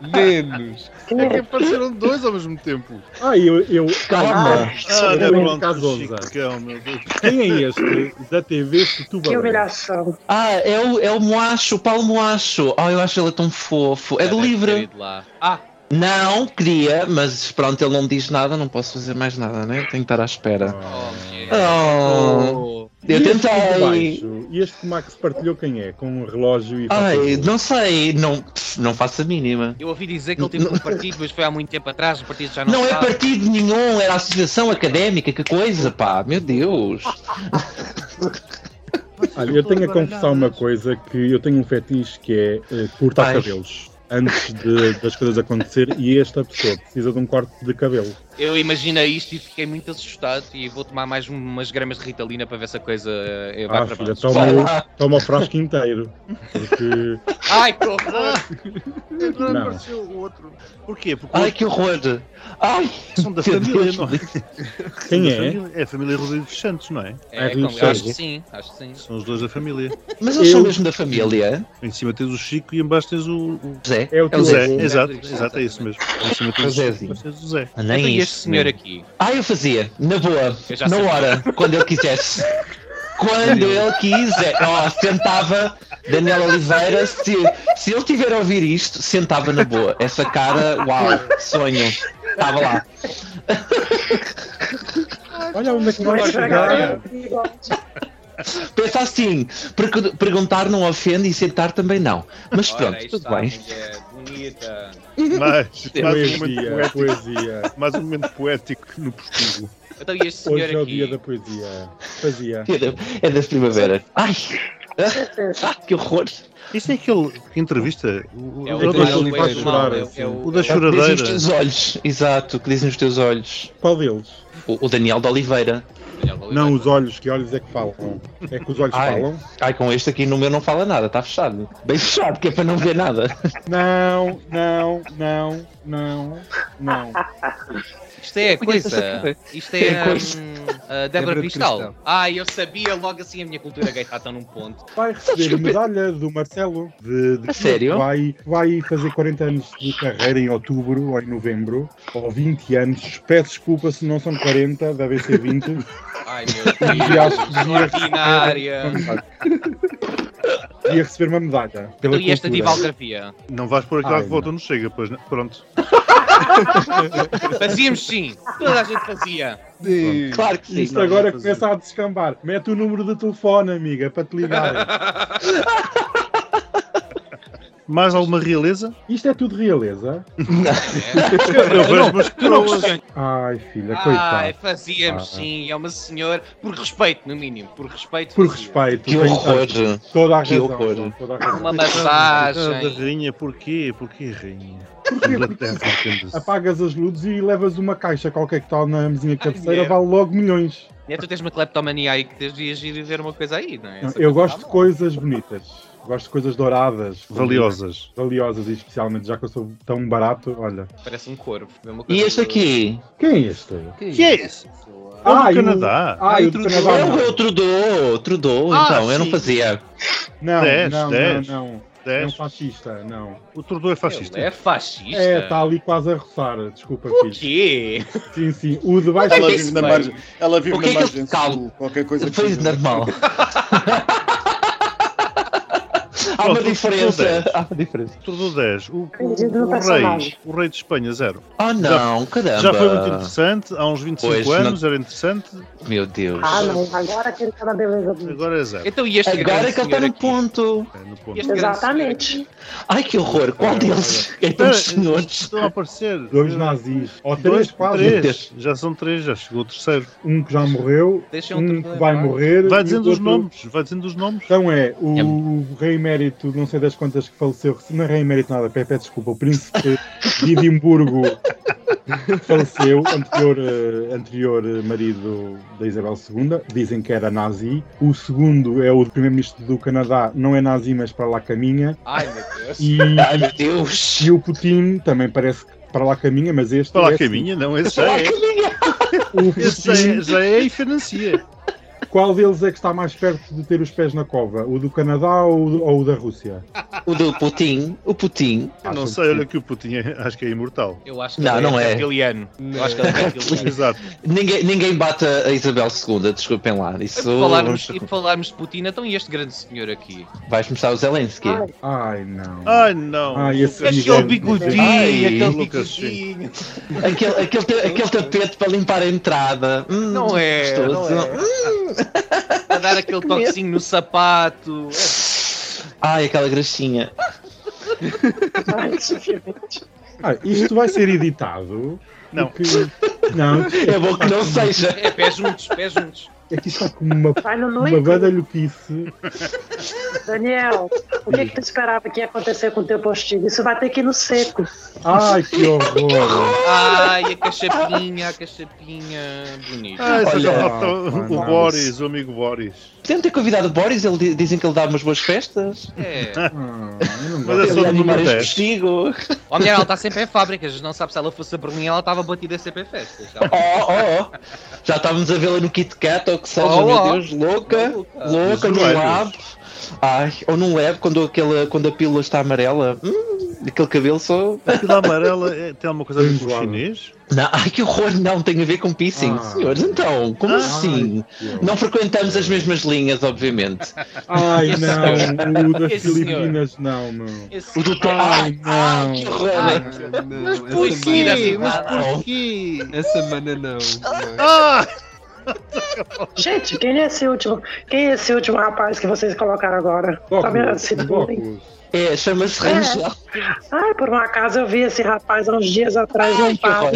Speaker 6: Menos! Menos!
Speaker 3: Ah,
Speaker 10: É que apareceram dois ao mesmo tempo.
Speaker 3: Ai, eu. eu...
Speaker 8: Calma.
Speaker 4: Ah,
Speaker 3: Era
Speaker 4: pronto,
Speaker 3: um casonza.
Speaker 4: Chicão, meu Deus.
Speaker 3: Quem é este da TV
Speaker 2: Que
Speaker 3: Setúbal?
Speaker 2: humilhação.
Speaker 8: Ah, é o, é o Moacho, o Paulo Moacho. Oh, eu acho ele tão fofo. É do
Speaker 5: Deve ter
Speaker 8: livro.
Speaker 5: ido lá. Ah,
Speaker 8: Não, queria, mas pronto, ele não me diz nada, não posso fazer mais nada, né? Tenho que estar à espera.
Speaker 5: oh,
Speaker 3: Ah.
Speaker 8: Ah.
Speaker 5: mulher.
Speaker 8: Oh,
Speaker 5: Oh.
Speaker 8: eu tentei.
Speaker 3: E este que o Max partilhou quem é? Com um relógio e.
Speaker 8: Ai, não sei, não, pff, não faço a mínima.
Speaker 5: Eu ouvi dizer que ele teve um partido, mas foi há muito tempo atrás, o partido já não,
Speaker 8: Não é
Speaker 5: está.
Speaker 8: partido nenhum, era associação académica, que coisa, pá, meu Deus.
Speaker 3: Ah. Olha, eu tenho a confessar uma coisa que eu tenho um fetiche que é eh, cortar
Speaker 8: Ai.
Speaker 3: cabelos antes de- das coisas acontecer e esta pessoa precisa de um corte de cabelo.
Speaker 5: Eu imaginei isto e fiquei muito assustado e vou tomar mais um, umas gramas de Ritalina para ver se a coisa eh, vai
Speaker 3: Ah,
Speaker 5: para
Speaker 3: filha,
Speaker 5: baixo.
Speaker 3: toma,
Speaker 8: Vai
Speaker 3: o-
Speaker 8: lá.
Speaker 3: toma o frasco inteiro. Porque
Speaker 5: Ai, que horror!
Speaker 10: Agora
Speaker 3: Não.
Speaker 10: apareceu o outro.
Speaker 4: Porquê? Porque
Speaker 8: Ai, que horror. Ai,
Speaker 4: são da
Speaker 8: meu
Speaker 4: família,
Speaker 8: Deus.
Speaker 4: não é?
Speaker 3: quem
Speaker 4: Da
Speaker 3: é?
Speaker 4: família- É a família Rodrigo dos Santos, não é?
Speaker 5: É,
Speaker 3: Rio de
Speaker 5: como- acho
Speaker 3: Janeiro.
Speaker 5: que sim, acho que sim.
Speaker 4: São os dois da família.
Speaker 8: mas eles são
Speaker 3: Eu-
Speaker 8: mesmo da família?
Speaker 4: Em cima tens o Chico e em baixo tens o, o
Speaker 8: Zé?
Speaker 3: É
Speaker 8: É
Speaker 3: o
Speaker 8: o
Speaker 3: teu
Speaker 4: Zé.
Speaker 3: avô.
Speaker 4: Exato, exato, é isso mesmo. Em cima tens o Chico e em baixo tens o Zé.
Speaker 8: Ah,
Speaker 5: então,
Speaker 8: Nem
Speaker 5: e este
Speaker 8: isso,
Speaker 5: senhor
Speaker 8: nem.
Speaker 5: aqui?
Speaker 8: Ah, eu fazia, na boa,
Speaker 5: Eu já
Speaker 8: na
Speaker 5: sei.
Speaker 8: hora, quando ele quisesse. Quando ele quiser, ó, sentava Daniel Oliveira, se, se ele tiver a ouvir isto, sentava na boa. Essa cara, uau, sonho. Estava lá.
Speaker 3: Olha onde é que vai
Speaker 2: Mas
Speaker 3: chegar.
Speaker 8: é Pensa assim, pergu- perguntar não ofende e sentar também não. Mas pronto,
Speaker 5: Ora, aí
Speaker 8: tudo
Speaker 5: está,
Speaker 8: bem.
Speaker 5: mulher, bonita.
Speaker 4: Mais,
Speaker 3: é
Speaker 4: mais, um momento
Speaker 3: Poesia,
Speaker 4: poético,
Speaker 3: poesia.
Speaker 4: mais um momento poético no postigo.
Speaker 5: Então, e este senhor
Speaker 3: Hoje é o dia da
Speaker 5: aqui?
Speaker 3: poesia. Fazia.
Speaker 8: É da- É das primaveras. Ai! Ah, que horror!
Speaker 4: Isto é aquele que entrevista. O,
Speaker 5: É o,
Speaker 4: o-
Speaker 5: é o-
Speaker 3: Daniel
Speaker 5: é o-
Speaker 3: faz chorar,
Speaker 5: é o-
Speaker 3: assim.
Speaker 5: é o-
Speaker 4: o da
Speaker 5: é o-
Speaker 8: Que dizem os
Speaker 4: choradeira.
Speaker 8: teus olhos. Exato, que dizem os teus olhos.
Speaker 3: Qual deles?
Speaker 8: O, o Daniel de Oliveira.
Speaker 3: Não, os olhos. Que olhos é que falam? É que os olhos
Speaker 8: Ai.
Speaker 3: falam?
Speaker 8: Ai, com este aqui no meu não fala nada, está fechado. Bem fechado, que é para não ver nada.
Speaker 3: Não, não, não, não, não.
Speaker 5: Isto é a coisa. Isto é
Speaker 8: É
Speaker 5: a
Speaker 8: coisa.
Speaker 5: Débora
Speaker 6: Débora
Speaker 5: Cristal.
Speaker 6: Cristal.
Speaker 5: Ah, eu sabia logo assim a minha cultura gay está tão num ponto.
Speaker 3: Vai receber a medalha do Marcelo. De, de-
Speaker 8: A sério?
Speaker 3: Vai, vai fazer 40 anos de carreira em outubro ou em novembro, ou 20 anos. Peço desculpa se não são 40, devem ser 20.
Speaker 5: Ai meu
Speaker 3: E acho
Speaker 5: Deus,
Speaker 3: que devia-
Speaker 5: ordinária.
Speaker 3: Ia receber uma medalha. Pela
Speaker 5: E esta
Speaker 3: cultura.
Speaker 5: divalgravia?
Speaker 4: Não vais pôr aquela
Speaker 3: Ai,
Speaker 4: que votou no Chega, pois não? Pronto.
Speaker 5: Fazíamos sim. Toda a gente fazia.
Speaker 8: Claro que sim.
Speaker 3: Isto agora começa a descambar. Mete o número de telefone, amiga, para te ligar.
Speaker 4: Mais alguma realeza?
Speaker 3: Isto é tudo realeza?
Speaker 4: Eu vejo, mas
Speaker 5: Eu não questiono.
Speaker 3: Ai, filha,
Speaker 5: Ai,
Speaker 3: É, coitado.
Speaker 5: fazíamos
Speaker 3: Ah.
Speaker 5: sim. É uma senhora. Por respeito, no mínimo. Por respeito.
Speaker 3: Por
Speaker 5: fazia.
Speaker 3: respeito.
Speaker 8: Que
Speaker 3: tem-
Speaker 8: horror.
Speaker 3: Toda a
Speaker 8: Que
Speaker 3: razão.
Speaker 8: horror.
Speaker 3: João, Toda a razão.
Speaker 5: Uma
Speaker 4: Da
Speaker 5: massagem.
Speaker 4: rainha, porquê? Porquê rainha?
Speaker 3: Porquê?
Speaker 4: Inglaterra, entende-se.
Speaker 3: Apagas as luzes e levas uma caixa qualquer que está na mesinha cabeceira, vale logo milhões.
Speaker 5: É, tu tens uma cleptomania aí que tens de agir e ver uma coisa aí, não é? Essa
Speaker 3: Eu
Speaker 5: coisa
Speaker 3: gosto
Speaker 5: tá
Speaker 3: de
Speaker 5: mal.
Speaker 3: coisas bonitas. Gosto de coisas douradas.
Speaker 4: Valiosas.
Speaker 3: Valiosas, e especialmente, já que eu sou tão barato. Olha.
Speaker 5: Parece um corvo. é uma
Speaker 8: E
Speaker 5: coisa
Speaker 8: este
Speaker 5: do-
Speaker 8: aqui?
Speaker 3: Quem é este?
Speaker 4: Que é isso?
Speaker 3: Ah,
Speaker 4: Ah,
Speaker 3: e
Speaker 4: do
Speaker 3: o-
Speaker 4: Canadá.
Speaker 3: Ah,
Speaker 6: Ai,
Speaker 3: eu
Speaker 6: Trudeau.
Speaker 3: Canadá.
Speaker 8: É
Speaker 3: não.
Speaker 8: o é o Trudeau, Trudeau,
Speaker 5: Ah,
Speaker 8: então, eu
Speaker 5: sim.
Speaker 8: não fazia.
Speaker 3: Não,
Speaker 4: Dez,
Speaker 3: não,
Speaker 4: dez.
Speaker 3: não, não. É um
Speaker 4: Dez.
Speaker 3: fascista, não.
Speaker 4: O Trudeau é
Speaker 5: Ele
Speaker 4: fascista.
Speaker 5: é fascista.
Speaker 3: É, está ali quase a roçar. Desculpa,
Speaker 5: O
Speaker 3: filho.
Speaker 5: quê?
Speaker 3: Sim, sim. O de baixo.
Speaker 7: Ela
Speaker 8: que
Speaker 7: vive
Speaker 8: isso
Speaker 7: na
Speaker 8: vai?
Speaker 7: margem, ela vive
Speaker 8: O que
Speaker 7: na
Speaker 8: é que ele
Speaker 7: margem
Speaker 8: calma?
Speaker 7: sul, qualquer coisa que
Speaker 8: Foi
Speaker 7: seja.
Speaker 8: normal. Há uma
Speaker 4: Pronto,
Speaker 8: diferença.
Speaker 4: Trudeau
Speaker 8: Há uma diferença.
Speaker 4: Trudeau 10. O,
Speaker 3: um
Speaker 4: o-
Speaker 8: um
Speaker 2: Ele diz no
Speaker 4: o rei,
Speaker 2: personagem.
Speaker 4: o rei de Espanha, zero.
Speaker 8: Oh não, caramba.
Speaker 4: Já foi muito interessante, há uns 25
Speaker 8: Pois,
Speaker 4: anos era interessante,
Speaker 8: Meu Deus.
Speaker 2: Ah, não. Agora que ele está na beleza do.
Speaker 4: agora é zero.
Speaker 5: Então, e este
Speaker 8: Agora é
Speaker 5: grande
Speaker 8: que ele está
Speaker 5: senhor
Speaker 8: no
Speaker 5: aqui?
Speaker 8: ponto.
Speaker 4: É, no ponto.
Speaker 5: Este grande
Speaker 2: Exatamente.
Speaker 8: Ai que horror, qual deles? É
Speaker 4: Espera,
Speaker 8: tão senhores.
Speaker 4: Então, Estão a aparecer.
Speaker 3: Dois nazis. Ou
Speaker 4: Dois,
Speaker 3: três, quase.
Speaker 4: três. Já são três, já chegou o terceiro.
Speaker 3: Um que já morreu,
Speaker 5: Deixa eu
Speaker 3: um
Speaker 5: terminar.
Speaker 3: que vai morrer.
Speaker 4: Vai
Speaker 3: e
Speaker 4: dizendo os
Speaker 3: outro-
Speaker 4: nomes, vai dizendo os nomes.
Speaker 3: Então é, o rei emérito, não sei das quantas que faleceu, rece- não é rei emérito nada, Pepe, desculpa, o príncipe de Edimburgo faleceu, anterior, eh, anterior eh, marido da Isabel II, dizem que era nazi. O segundo é o primeiro-ministro do Canadá, não é nazi, mas para lá caminha.
Speaker 5: Ai, meu Deus.
Speaker 3: E,
Speaker 8: Ai meu Deus.
Speaker 3: e o Putin também parece que para lá caminha, mas este
Speaker 4: Para
Speaker 3: é
Speaker 4: lá
Speaker 3: assim,
Speaker 4: caminha, não, esse já é.
Speaker 3: o
Speaker 4: Esse já
Speaker 3: Putin,
Speaker 4: é, já é e financia.
Speaker 3: qual deles é que está mais perto de ter os pés na cova? O do Canadá ou, o- ou o da Rússia?
Speaker 8: O do Putin, o Putin.
Speaker 4: Eu não
Speaker 3: Acho
Speaker 4: sei,
Speaker 3: que-
Speaker 4: olha que o Putin é- acho que é imortal.
Speaker 5: Eu acho que
Speaker 8: Não,
Speaker 5: ele
Speaker 8: não é.
Speaker 5: reptiliano. Eu acho que ele é reptiliano.
Speaker 4: Exato.
Speaker 8: Ninguém, ninguém bate a Isabel II, desculpem lá.
Speaker 5: E
Speaker 8: Isso
Speaker 5: por falarmos, e por falarmos de Putin, então e este grande senhor aqui?
Speaker 8: vais começar o Zelensky.
Speaker 2: Ai,
Speaker 3: Ai não.
Speaker 4: Ai não.
Speaker 3: Ai, esse
Speaker 5: Aquele
Speaker 3: Miguel.
Speaker 5: bigodinho,
Speaker 8: Ai,
Speaker 5: aquele
Speaker 4: Lucas,
Speaker 5: bigodinho.
Speaker 8: Aquele, aquele, ta- aquele tapete para limpar a entrada. Hum,
Speaker 5: Não é,
Speaker 8: gostoso.
Speaker 5: não é. A dar aquele toquezinho no sapato.
Speaker 8: Ai, aquela graxinha.
Speaker 2: Ai, que sofrimento.
Speaker 3: Ah, isto vai ser editado?
Speaker 4: Não.
Speaker 3: Porque- Não,
Speaker 8: É bom que não seja.
Speaker 5: É, pés juntos, pés juntos.
Speaker 3: é que isto está com uma,
Speaker 2: Vai no
Speaker 3: uma
Speaker 2: noite.
Speaker 3: badalhoquice.
Speaker 8: é-
Speaker 2: Daniel, o que, que tu esperava que ia acontecer com o teu postinho? Isso vai ter que ir no seco.
Speaker 3: Ai, que horror!
Speaker 5: Ai, a cachapinha, a cachapinha. Bonito.
Speaker 4: Ai, só já
Speaker 8: Olha.
Speaker 4: falta é o,
Speaker 3: Ah,
Speaker 4: o
Speaker 3: não.
Speaker 4: Boris, o amigo Boris.
Speaker 8: Podiam ter convidado o Boris, ele di- dizem que ele dá umas boas festas.
Speaker 5: É.
Speaker 3: Ah, eu não
Speaker 4: Mas é
Speaker 3: gosto.
Speaker 8: Ele
Speaker 4: só
Speaker 8: ia
Speaker 4: de
Speaker 8: animar este
Speaker 4: Budapeste.
Speaker 8: castigo.
Speaker 5: Ó, mulher, ela está sempre em fábricas. Não sabe se ela fosse a Berlim, ela estava batida a CP Festas. Ela-
Speaker 8: Oh, oh, oh. Já estávamos a vê-la no Kit Kat, ou que seja,
Speaker 5: Oh,
Speaker 8: meu
Speaker 5: oh.
Speaker 8: Deus, louca,
Speaker 5: Maluca.
Speaker 8: louca,
Speaker 4: Nos
Speaker 8: num
Speaker 4: joelhos.
Speaker 8: lab. Ai, ou num lab, quando, aquela, quando a pílula está amarela. Hum, aquele cabelo só.
Speaker 4: Aquilo amarela é- tem alguma coisa a ver com o
Speaker 3: Enjoado.
Speaker 4: chinês?
Speaker 8: Não, ai, que horror, não tem a ver com piercing.
Speaker 3: Ah.
Speaker 8: Senhores, então, como
Speaker 4: Ah.
Speaker 8: assim? Não frequentamos as mesmas linhas, obviamente.
Speaker 3: Ai, não, o das
Speaker 5: Esse
Speaker 3: Filipinas, não, não.
Speaker 5: Esse-
Speaker 8: O do Tom.
Speaker 3: Ai,
Speaker 8: Ai,
Speaker 3: não.
Speaker 8: que horror. né?
Speaker 5: Ai,
Speaker 6: Mas
Speaker 5: porquê? Mas
Speaker 8: não.
Speaker 5: porquê?
Speaker 6: Essa mana não. não é?
Speaker 4: Ah!
Speaker 2: Gente, quem é esse último? Quem é esse último rapaz que vocês colocaram agora? Tá vendo?
Speaker 3: Bocos,
Speaker 2: Esse bullying.
Speaker 3: bocos.
Speaker 8: É, chama-se Rangel.
Speaker 2: Ai, por um acaso eu vi esse rapaz há uns dias atrás num
Speaker 8: Ai, que
Speaker 2: bar,
Speaker 8: horror.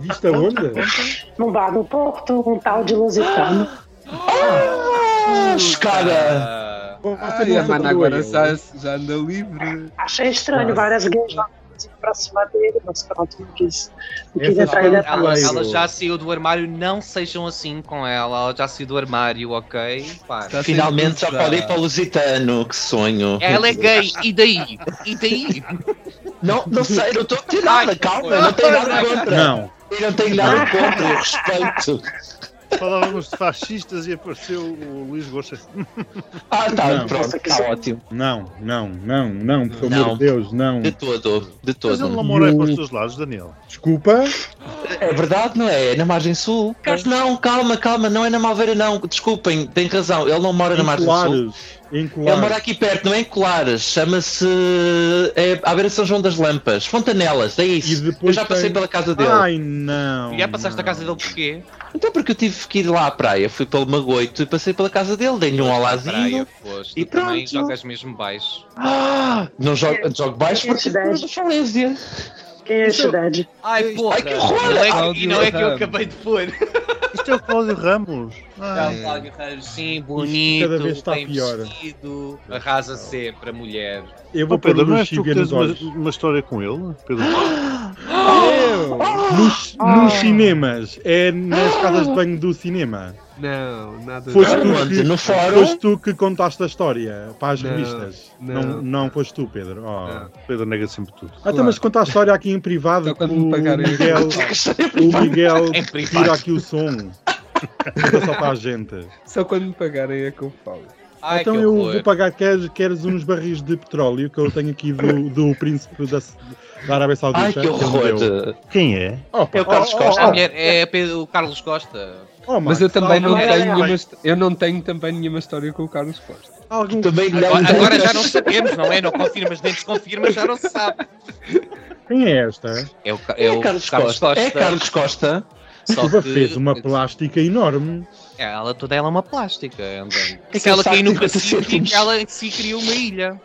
Speaker 3: Viste aonde?
Speaker 2: num bar do Porto, um tal de Lusitano.
Speaker 8: Ah, cara.
Speaker 5: Ah,
Speaker 6: Ai, a mana agora já, já anda livre.
Speaker 2: Achei estranho, várias gays lá pra cima dele, mas pronto, não quis. Não quis
Speaker 3: Essa
Speaker 2: entrar em
Speaker 3: foi-
Speaker 2: detalhes.
Speaker 5: Ela,
Speaker 3: Claro.
Speaker 5: ela já saiu do armário, não sejam assim com ela. Ela já saiu do armário, ok? Pá.
Speaker 8: Tá
Speaker 6: Está
Speaker 8: Finalmente já
Speaker 6: sem
Speaker 8: pode ir para
Speaker 6: dúvida.
Speaker 8: o Lusitano, que sonho.
Speaker 5: Ela tá é gay, e daí? E daí?
Speaker 8: Não, não sei, não estou a ter
Speaker 5: Ai,
Speaker 8: nada,
Speaker 5: que
Speaker 8: calma,
Speaker 5: horror.
Speaker 8: não tenho nada contra.
Speaker 3: Não,
Speaker 8: Eu não tenho nada contra, eu respeito.
Speaker 4: Falávamos de fascistas e apareceu o Luís Gosta.
Speaker 8: Ah, tá,
Speaker 3: Não.
Speaker 8: pronto, está ótimo.
Speaker 3: não, não, não, não, pelo amor
Speaker 8: Não. tá
Speaker 3: de Deus, não.
Speaker 8: De todo, de
Speaker 4: Mas ele é
Speaker 8: todo.
Speaker 4: não mora aí para os teus lados, Daniel.
Speaker 3: Desculpa,
Speaker 8: É verdade, não é? É na margem sul. Mas não, calma, calma, não é na Malveira, não. Desculpem, tem razão. Ele não mora na margem sul.
Speaker 3: Em
Speaker 8: Ele mora um aqui perto, não é em Colares. Chama-se. É à beira de São João das Lampas. Fontanelas, é isso. Eu já passei pela casa dele.
Speaker 3: Ai não.
Speaker 5: Já passaste a casa dele porquê?
Speaker 8: Então, porque eu tive que ir lá à praia. Fui pelo Magoito e passei pela casa dele. Dei-lhe um olazinho.
Speaker 5: Pois, tu também jogas mesmo baixo.
Speaker 8: Ah, não jogo, jogo baixo porque. Falência.
Speaker 2: Quem é a cidade?
Speaker 5: Ai, porra!
Speaker 8: Ai, que horror!
Speaker 5: Não é que-
Speaker 8: Cláudio
Speaker 5: e não é que eu
Speaker 8: Ramos.
Speaker 5: acabei de pôr.
Speaker 4: Isto é o Cláudio Ramos.
Speaker 5: Ah, o Cláudio Ramos, sim, bonito,
Speaker 3: É. cada vez está
Speaker 5: bem
Speaker 3: pior. Então
Speaker 5: vestido, arrasa sempre a mulher.
Speaker 3: Eu vou
Speaker 4: Oh, Pedro,
Speaker 3: pôr
Speaker 4: não
Speaker 3: o
Speaker 4: és tu que
Speaker 3: Chibia
Speaker 4: tens
Speaker 3: nos
Speaker 4: uma,
Speaker 3: olhos.
Speaker 4: uma história com ele? Pedro?
Speaker 3: Nos, nos cinemas. É nas casas de banho do cinema.
Speaker 6: Não, nada
Speaker 3: Foste
Speaker 6: disso.
Speaker 3: tu, que, foste tu que contaste a história para as
Speaker 6: Não,
Speaker 3: revistas. Não,
Speaker 6: não.
Speaker 3: não, foste tu, Pedro. Oh.
Speaker 4: Pedro nega sempre tudo.
Speaker 3: Ah, então, mas conta a história aqui em privado com o
Speaker 6: pagarem.
Speaker 3: Miguel, o Miguel tira aqui o som. Conta só para a gente.
Speaker 6: Só quando me pagarem é que eu falo.
Speaker 5: Ai,
Speaker 3: então
Speaker 5: que
Speaker 3: eu
Speaker 5: horror.
Speaker 3: vou pagar, queres, queres uns barris de petróleo que eu tenho aqui do, do príncipe da, da Arábia Saudita? é
Speaker 8: Ai, que
Speaker 3: me deu.
Speaker 8: horror.
Speaker 4: Quem é?
Speaker 8: É o Carlos Costa.
Speaker 5: A mulher é Pedro- o Carlos Costa.
Speaker 3: Oh, Max,
Speaker 6: Mas eu também não
Speaker 3: alguém-
Speaker 6: tenho nenhuma histó- eu não tenho também nenhuma história com o Carlos Costa.
Speaker 3: algum-
Speaker 8: Também não.
Speaker 5: Agora, agora já não sabemos, não é? Não confirmas nem desconfirmas, já não se sabe.
Speaker 3: Quem é esta?
Speaker 5: É o, Ca-
Speaker 8: É
Speaker 5: é o
Speaker 8: Carlos Costa. É Carlos Costa.
Speaker 5: Só
Speaker 3: Ela
Speaker 5: que- é
Speaker 3: fez uma plástica enorme.
Speaker 5: Ela toda ela é uma plástica. Então.
Speaker 8: Sem
Speaker 5: Aquela que caiu no
Speaker 8: saco,
Speaker 5: Pacífico
Speaker 8: centímetros.
Speaker 5: e ela se criou uma ilha.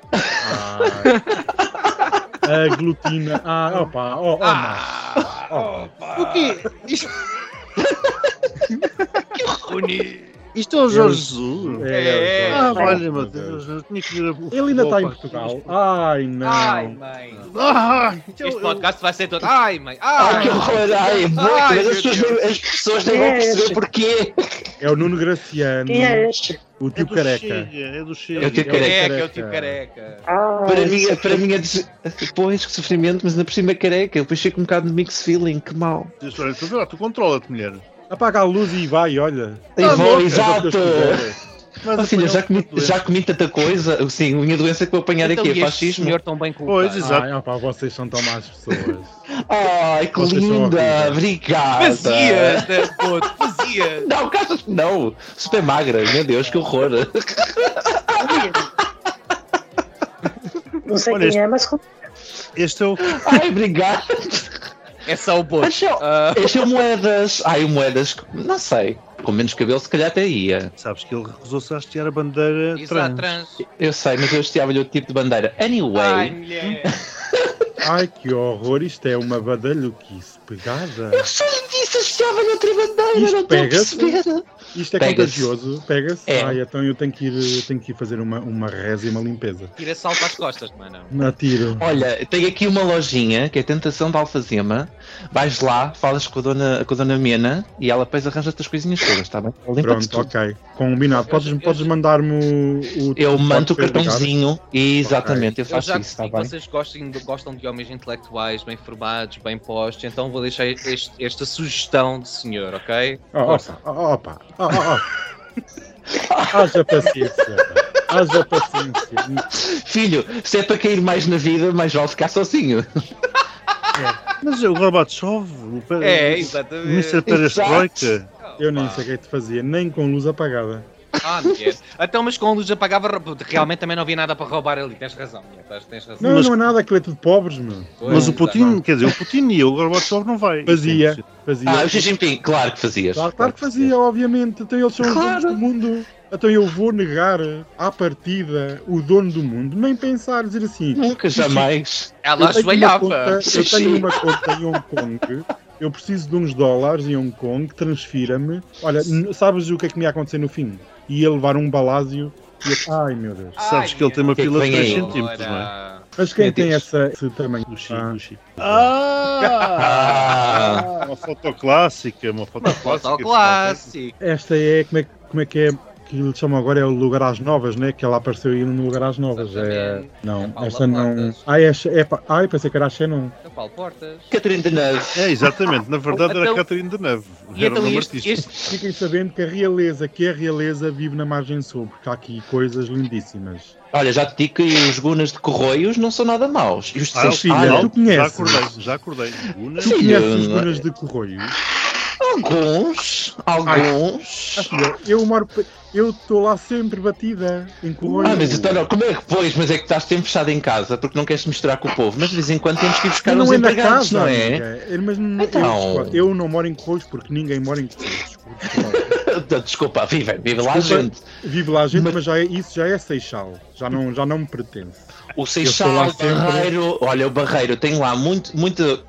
Speaker 3: Ai. A glutina. Ah, opa, oh, oh,
Speaker 5: Ah,
Speaker 3: Max. Oh.
Speaker 10: O quê? Isto...
Speaker 5: Ah,
Speaker 10: Isto é o Jorge
Speaker 4: oh,
Speaker 10: Jesus?
Speaker 3: É,
Speaker 10: Ah,
Speaker 3: é,
Speaker 10: olha,
Speaker 3: meu
Speaker 10: meu
Speaker 3: Deus.
Speaker 10: Deus, eu tinha que ver o
Speaker 3: Ele ainda está em
Speaker 10: futebol, pá.
Speaker 3: Portugal. Ai, não.
Speaker 5: Ai, mãe.
Speaker 10: Ah,
Speaker 4: é
Speaker 10: então
Speaker 5: Este
Speaker 10: eu-
Speaker 5: podcast vai ser todo. Ai, mãe. Ah,
Speaker 8: Ai, que
Speaker 5: Ai,
Speaker 8: horror. Ai, é bom,
Speaker 5: Ai,
Speaker 8: mas as
Speaker 5: meu
Speaker 8: pessoas,
Speaker 5: Deus.
Speaker 8: nem- as pessoas nem vão
Speaker 2: Quem é
Speaker 8: perceber
Speaker 2: este?
Speaker 8: porquê.
Speaker 3: É o Nuno Graciano,
Speaker 2: Quem é este?
Speaker 3: o
Speaker 4: É
Speaker 3: tio
Speaker 4: do
Speaker 3: careca.
Speaker 4: Chega, é do
Speaker 8: É o
Speaker 4: Chega.
Speaker 8: tio
Speaker 5: careca, é o
Speaker 3: careca.
Speaker 5: tio careca.
Speaker 2: Ah,
Speaker 8: Para mim, é- para mim é des... Pois, que sofrimento, mas na por cima é careca. Eu depois fico um bocado de mixed feeling, que mal.
Speaker 4: é
Speaker 10: Olha, tu, vê
Speaker 4: Ah,
Speaker 10: lá, tu controla-te, mulher.
Speaker 3: Apaga a luz e vai, olha.
Speaker 5: Tá
Speaker 8: E
Speaker 3: É
Speaker 10: Ah,
Speaker 8: vou,
Speaker 10: bom,
Speaker 8: exato!
Speaker 10: Mas
Speaker 8: Oh, filha,
Speaker 10: apanhou
Speaker 8: já comi,
Speaker 10: uma doença.
Speaker 8: já comi tanta coisa. Sim, a minha doença que vou apanhar
Speaker 5: Então,
Speaker 8: aqui é
Speaker 5: e este
Speaker 8: fascismo.
Speaker 5: senhor tão bem colocado.
Speaker 10: Pois, exato.
Speaker 3: Ai, opa, vocês são tão más pessoas.
Speaker 8: Ai, que
Speaker 3: Vocês são
Speaker 8: linda!
Speaker 3: horríveis.
Speaker 8: Obrigada!
Speaker 5: Fazia, da- pô, fazia.
Speaker 8: Não, cara, não! Super magra, meu Deus, que horror!
Speaker 2: é não sei
Speaker 4: Olha,
Speaker 2: quem é, mas com-
Speaker 4: Este é o
Speaker 8: Ai, obrigado!
Speaker 5: É só o boto.
Speaker 8: Este é,
Speaker 5: Ah.
Speaker 8: este é o Moedas! Ai, o Moedas, não sei. Com menos cabelo, se calhar até ia.
Speaker 4: Sabes que ele recusou-se a hastear a bandeira trans.
Speaker 5: Exato, trans.
Speaker 8: Eu sei, mas eu estiava-lhe outro tipo de bandeira.
Speaker 5: Ai,
Speaker 8: Anyway,
Speaker 5: mulher.
Speaker 3: Ai, que horror. Isto é uma badalhoquice pegada.
Speaker 8: eu só lhe disse, estiava-lhe outra bandeira,
Speaker 3: Isto
Speaker 8: não estou a
Speaker 3: pega-se.
Speaker 8: perceber.
Speaker 3: Isto é
Speaker 8: Pega-se.
Speaker 3: contagioso. Pega-se.
Speaker 8: É.
Speaker 3: Ai, então eu tenho que ir, tenho que ir fazer uma, uma reza e uma limpeza.
Speaker 5: Tira sal para as costas, mano.
Speaker 3: Na tiro.
Speaker 8: Olha, tem aqui uma lojinha que é Tentação de Alfazema. Vais lá, falas com a dona, com a dona Mena e ela depois arranja-te as coisinhas todas, está bem? Ela Limpa-te
Speaker 3: Pronto,
Speaker 8: tudo.
Speaker 3: ok. Combinado. Podes, podes mandar-me o, o.
Speaker 8: Eu mando o
Speaker 3: Podes ligar?
Speaker 8: cartãozinho e exatamente, eu
Speaker 5: Eu
Speaker 8: faço
Speaker 5: já
Speaker 8: isso, está
Speaker 5: percebi que
Speaker 8: bem?
Speaker 5: vocês gostam de, gostam de homens intelectuais, bem formados, bem postos, então vou deixar este- esta sugestão de senhor, ok?
Speaker 3: Oh, opa, oh, opa, oh, oh, oh. Haja paciência. Haja paciência.
Speaker 8: Filho, se é para cair mais na vida, mais vale ficar sozinho.
Speaker 4: Mas é o Gorbachev, o, Pe-
Speaker 5: É,
Speaker 4: o
Speaker 5: exatamente.
Speaker 4: Mr. Perestroika.
Speaker 3: Eu nem sei o que é que te fazia, nem com luz apagada.
Speaker 5: Ah, mulher. Então, mas com a luz apagava, realmente também não havia nada para roubar ali. Tens razão, mulher. Tens, tens razão.
Speaker 3: Não,
Speaker 4: Mas-
Speaker 3: não é nada, aquilo é tudo pobres, meu.
Speaker 5: Pois,
Speaker 4: Mas o
Speaker 5: exato.
Speaker 4: Putin, quer dizer, o Putin e o Gorbachev não vai.
Speaker 3: Fazia, fazia.
Speaker 8: Ah, o Xi Jinping, claro que fazias.
Speaker 3: Claro, claro que fazia, obviamente. Então eles são
Speaker 8: Claro.
Speaker 3: os donos do mundo. Então eu vou negar à partida o dono do mundo. Nem pensar, dizer assim.
Speaker 8: Nunca, jamais.
Speaker 5: Ela
Speaker 3: eu tenho uma conta-
Speaker 5: ajoelhava.
Speaker 3: Eu tenho uma conta em Hong Kong. Eu preciso de uns dólares em Hong Kong. Transfira-me. Olha, n- sabes o que é que me ia acontecer no fim? Ia levar um balásio. e eu- Ai meu Deus.
Speaker 4: Sabes
Speaker 5: Ai,
Speaker 4: que ele tem uma
Speaker 8: que é que
Speaker 4: pila de
Speaker 8: vem aí?
Speaker 4: 3 centímetros, não é?
Speaker 5: Ora.
Speaker 3: Mas quem
Speaker 8: Meu
Speaker 3: tem
Speaker 8: Deus.
Speaker 3: essa, esse tamanho?
Speaker 4: Do chip,
Speaker 3: Ah,
Speaker 4: do chip.
Speaker 8: Ah,
Speaker 4: Uma foto clássica, uma foto
Speaker 5: Foto
Speaker 4: clássica.
Speaker 5: clássico.
Speaker 3: esta é como, é. que- como é que é? que lhe chamam agora é o Lugar às Novas, né? Que ela apareceu aí no Lugar às Novas. É, não,
Speaker 5: Paula
Speaker 3: esta não.
Speaker 5: Portas.
Speaker 3: Ah, é, Xe- é, pa- ai, pensei que era a Xenon.
Speaker 5: A Então, Paulo Portas.
Speaker 8: Catarina de Neve.
Speaker 4: É, exatamente. Na verdade era
Speaker 5: Então-
Speaker 4: Catarina de Neve.
Speaker 5: E
Speaker 4: Era o
Speaker 5: então
Speaker 4: nome
Speaker 5: este,
Speaker 4: artístico.
Speaker 5: este-
Speaker 3: Fiquem sabendo que a realeza, que a realeza vive na margem sul, porque há aqui coisas lindíssimas.
Speaker 8: Olha, já te digo que os Gunas de Corroios não são nada maus. E os de
Speaker 4: Ah,
Speaker 8: Seixal-
Speaker 3: filha,
Speaker 4: não,
Speaker 3: tu conheces.
Speaker 4: Já acordei, já acordei. Una,
Speaker 3: Tu
Speaker 8: Sim,
Speaker 3: conheces os
Speaker 8: eu-
Speaker 3: Dunas de Corroios?
Speaker 8: Alguns, alguns.
Speaker 3: Ah, filha, eu moro. pe- Eu estou lá sempre batida em Corroios.
Speaker 8: Ah, mas então não, como é que pois? Mas é que estás sempre fechado em casa porque não queres misturar com o povo. Mas de vez em quando temos que ir buscar uns empregados, não é?
Speaker 3: é amiga. É, Mas não-
Speaker 8: Então.
Speaker 3: eu, eu não moro em Corroios porque ninguém mora em Corroios.
Speaker 8: Desculpa, vive, vive lá a
Speaker 3: Desculpa.
Speaker 8: gente.
Speaker 3: Vive lá gente, mas,
Speaker 8: Mas-
Speaker 3: já é- isso já é Seixal. Já não, já não me pertence.
Speaker 8: O
Speaker 3: Eu
Speaker 8: Seixal,
Speaker 3: estou lá
Speaker 8: o
Speaker 3: sempre.
Speaker 8: Barreiro. Olha, o Barreiro, tenho lá muito, muito.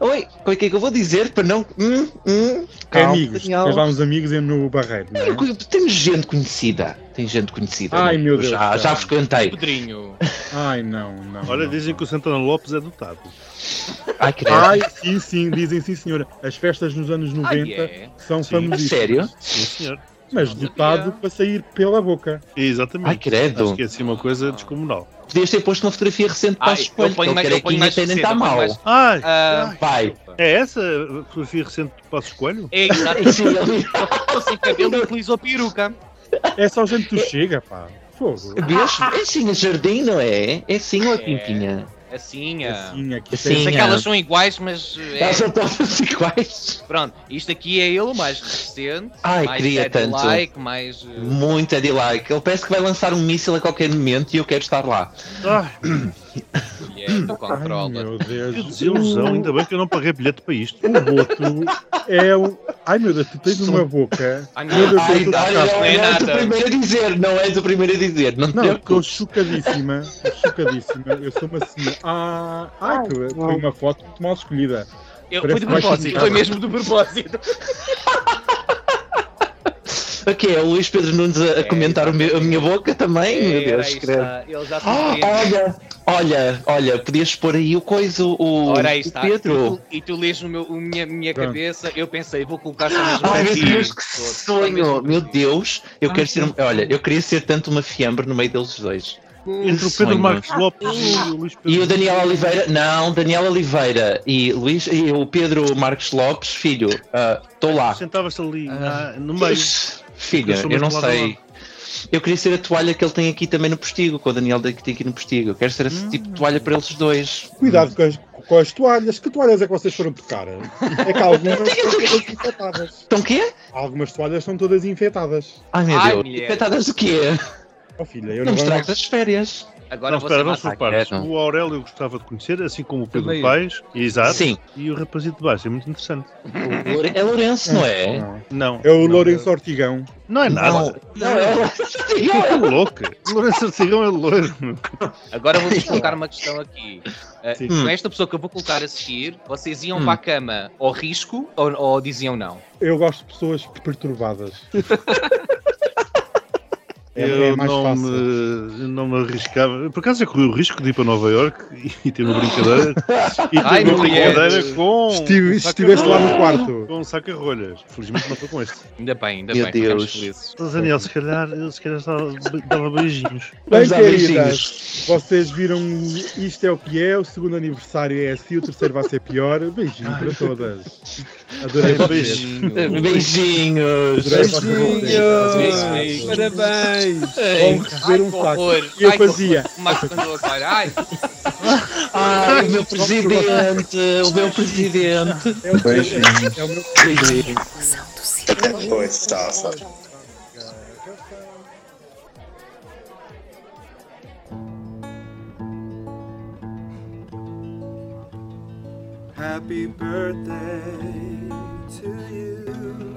Speaker 8: Oi, o que é que eu vou dizer para não. Hum, hum,
Speaker 3: É
Speaker 8: calma,
Speaker 3: amigos.
Speaker 8: Daniel.
Speaker 3: Tens lá uns amigos em- no Barreiro, não é?
Speaker 8: Eu co- Temos gente conhecida. Tem gente conhecida.
Speaker 3: Ai,
Speaker 8: não?
Speaker 3: meu
Speaker 8: Eu
Speaker 3: Deus,
Speaker 8: Já,
Speaker 3: cara.
Speaker 8: já frequentei.
Speaker 5: Pedrinho.
Speaker 3: Ai, não, não.
Speaker 4: Olha,
Speaker 3: não,
Speaker 4: dizem que
Speaker 3: não.
Speaker 4: o Santana Lopes é dotado.
Speaker 8: Ai, credo.
Speaker 3: Ai, sim, sim, dizem sim, senhora. As festas nos anos 90
Speaker 5: Ah, é.
Speaker 3: são
Speaker 4: Sim.
Speaker 8: A
Speaker 3: famosíssimas.
Speaker 8: sério?
Speaker 4: Sim, senhor.
Speaker 3: Mas
Speaker 5: Não
Speaker 3: dotado
Speaker 5: sabia.
Speaker 3: para sair pela boca.
Speaker 4: Exatamente.
Speaker 8: Ai, credo.
Speaker 4: Acho que é assim uma coisa descomunal.
Speaker 8: Podias ter posto uma fotografia recente para
Speaker 5: Ai,
Speaker 8: os espelhos.
Speaker 5: eu ponho
Speaker 8: Aquele
Speaker 5: mais- eu
Speaker 8: carequinho
Speaker 5: ponho mais
Speaker 8: é até nem
Speaker 5: recente,
Speaker 8: está
Speaker 5: eu ponho
Speaker 8: mal.
Speaker 5: mais-
Speaker 4: Ai,
Speaker 5: Ah,
Speaker 8: Vai.
Speaker 4: é essa a fotografia recente do Passos Coelho?
Speaker 5: é exato.
Speaker 8: Sim, ali.
Speaker 5: Ficou sem cabelo e utilizou peruca.
Speaker 3: É só gente do Chega, pá. Fogo.
Speaker 8: Vês? É sim, o jardim, não é? É sim ou é
Speaker 5: É.
Speaker 8: pimpinha?
Speaker 5: Assim, ah.
Speaker 3: Assim, aqui
Speaker 8: Assim.
Speaker 5: Sei que
Speaker 8: é.
Speaker 5: elas são iguais, mas eh,
Speaker 8: Elas são todas iguais.
Speaker 5: pronto, isto aqui é ele mais recente,
Speaker 8: Ai,
Speaker 5: mais
Speaker 8: queria tanto.
Speaker 5: like, mais eh,
Speaker 8: Muito é de like. Ele parece que vai lançar um míssil a qualquer momento e eu quero estar lá.
Speaker 4: Ai,
Speaker 5: mulher do
Speaker 3: Ai,
Speaker 5: controla.
Speaker 3: meu
Speaker 4: que
Speaker 3: Deus.
Speaker 4: desilusão. Ainda bem que eu não paguei bilhete para isto.
Speaker 3: O boto é o. Ai, meu Deus, tu tens uma boca.
Speaker 5: Ai,
Speaker 3: Meu Deus,
Speaker 8: Ai,
Speaker 3: eu tô
Speaker 8: olha,
Speaker 3: chocado.
Speaker 8: não,
Speaker 5: é
Speaker 8: não és o
Speaker 5: nada.
Speaker 8: primeiro a dizer. Não és o primeiro a dizer. Não, te
Speaker 3: Não, estou
Speaker 8: preocupes.
Speaker 3: chocadíssima, tô chocadíssima. Eu sou uma senhora. Ah, ai, que foi uma foto muito mal escolhida.
Speaker 5: Eu,
Speaker 3: Parece
Speaker 5: foi de
Speaker 3: mais
Speaker 5: propósito,
Speaker 3: complicado.
Speaker 5: foi mesmo de propósito.
Speaker 8: Aqui é o Luís Pedro Nunes a, a
Speaker 5: É,
Speaker 8: comentar o meu- a minha boca também. meu
Speaker 5: Era,
Speaker 8: Deus,
Speaker 5: aí
Speaker 8: credo.
Speaker 5: está, Ele já se
Speaker 8: Ah,
Speaker 5: compreende.
Speaker 8: olha, olha, olha, podias pôr aí o coisa, o,
Speaker 5: Ora, aí
Speaker 8: o
Speaker 5: está. E
Speaker 8: Pedro.
Speaker 5: tu, e tu lês no meu, o minha, minha
Speaker 3: Pronto.
Speaker 5: cabeça, eu pensei, vou colocar só mesmo
Speaker 8: Ai,
Speaker 5: para
Speaker 8: Ah, meu
Speaker 5: ti.
Speaker 8: Deus, que
Speaker 5: Todos, só
Speaker 8: sonho!
Speaker 5: mesmo
Speaker 8: Meu
Speaker 5: para ti.
Speaker 8: Deus, eu
Speaker 6: Ai,
Speaker 8: quero ser. um,
Speaker 6: sim.
Speaker 8: Olha, eu queria ser tanto uma fiambre no meio deles dois.
Speaker 4: Entre o Pedro
Speaker 8: sonho.
Speaker 4: Marcos Lopes e o Luís Pedro.
Speaker 8: E o Daniel Oliveira, não, Daniel Oliveira e Luís e o Pedro Marcos Lopes, filho, estou lá.
Speaker 4: Sentava-se ali
Speaker 8: Ah.
Speaker 4: na- no meio.
Speaker 8: Filha,
Speaker 4: Eu sou
Speaker 8: eu não
Speaker 4: mesmo lá do
Speaker 8: sei. Eu queria ser a toalha que ele tem aqui também no postigo, com o Daniel que tem aqui no postigo. Eu quero ser esse tipo de toalha para eles dois.
Speaker 3: Cuidado com as, com as toalhas. Que toalhas é que vocês foram tocar? É que algumas são todas infetadas.
Speaker 8: Então quê?
Speaker 3: Algumas toalhas são todas infetadas.
Speaker 8: Ai meu
Speaker 5: Ai,
Speaker 8: Deus,
Speaker 5: mulher.
Speaker 8: Coitadas do quê?
Speaker 3: Oh, filha, eu
Speaker 8: Não
Speaker 3: não,
Speaker 8: me
Speaker 3: vou-
Speaker 8: estragas as férias.
Speaker 5: Agora
Speaker 4: Não, espera, vamos
Speaker 5: você
Speaker 4: por
Speaker 5: mata.
Speaker 4: partes.
Speaker 8: quieto.
Speaker 4: O Aurélio eu gostava de conhecer, assim como o Pedro
Speaker 6: Também eu.
Speaker 4: Paes. Exato.
Speaker 8: Sim,
Speaker 4: E o rapazito de baixo, é muito interessante.
Speaker 8: Lore- é Lourenço, não é?
Speaker 3: Não.
Speaker 4: Não.
Speaker 3: É o
Speaker 4: não,
Speaker 3: Lourenço Ortigão.
Speaker 4: Não é nada.
Speaker 8: Não, é Lourenço.
Speaker 4: É louco. O Lourenço Artigão é loiro.
Speaker 5: Agora vou-vos colocar uma questão aqui. Ah,
Speaker 3: Sim.
Speaker 5: com esta pessoa que eu vou colocar a seguir, vocês
Speaker 8: Hum.
Speaker 5: iam para a cama ao risco ou, ou diziam não?
Speaker 3: Eu gosto de pessoas perturbadas. É,
Speaker 4: eu,
Speaker 3: é mais
Speaker 4: não
Speaker 3: fácil.
Speaker 4: Me, eu não me arriscava. Por acaso já corri o risco de ir para Nova York e ter uma brincadeira. e ter
Speaker 5: Ai,
Speaker 4: uma
Speaker 5: mulher.
Speaker 4: brincadeira com.
Speaker 3: Estive,
Speaker 4: com
Speaker 3: estiveste lá no
Speaker 4: saca-
Speaker 3: quarto.
Speaker 4: Com um saca-rolhas. Felizmente não foi com este.
Speaker 5: Ainda bem, ainda
Speaker 8: Meu
Speaker 5: bem. ficamos
Speaker 8: Deus.
Speaker 5: felizes.
Speaker 4: Daniel, se calhar, eu se calhar dava, dava beijinhos.
Speaker 3: Bem,
Speaker 8: Vamos dar
Speaker 3: queridas, vocês viram o Isto é o que é, o segundo aniversário é assim, o terceiro vai ser pior. Beijinho para todas.
Speaker 4: É,
Speaker 3: Adorei vocês.
Speaker 8: Beijinhos.
Speaker 3: Adorei vocês.
Speaker 6: Beijinhos! Parabéns!
Speaker 3: Vão
Speaker 8: Ei,
Speaker 3: receber um saco.
Speaker 5: horror.
Speaker 3: E eu
Speaker 5: Ai, que
Speaker 3: fazia.
Speaker 5: horror. O Marco mandou a cara. Ai,
Speaker 8: Ai, o meu presidente, o meu presidente.
Speaker 3: É o é o meu
Speaker 1: Sessão do Círculo.
Speaker 11: Happy birthday to you.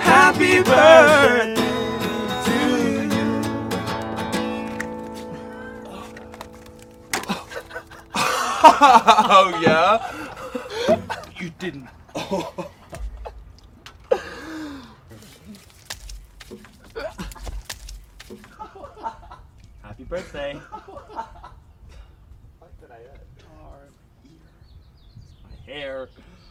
Speaker 11: Happy birthday Wow, yeah? you didn't. Oh.
Speaker 12: Happy birthday. My hair.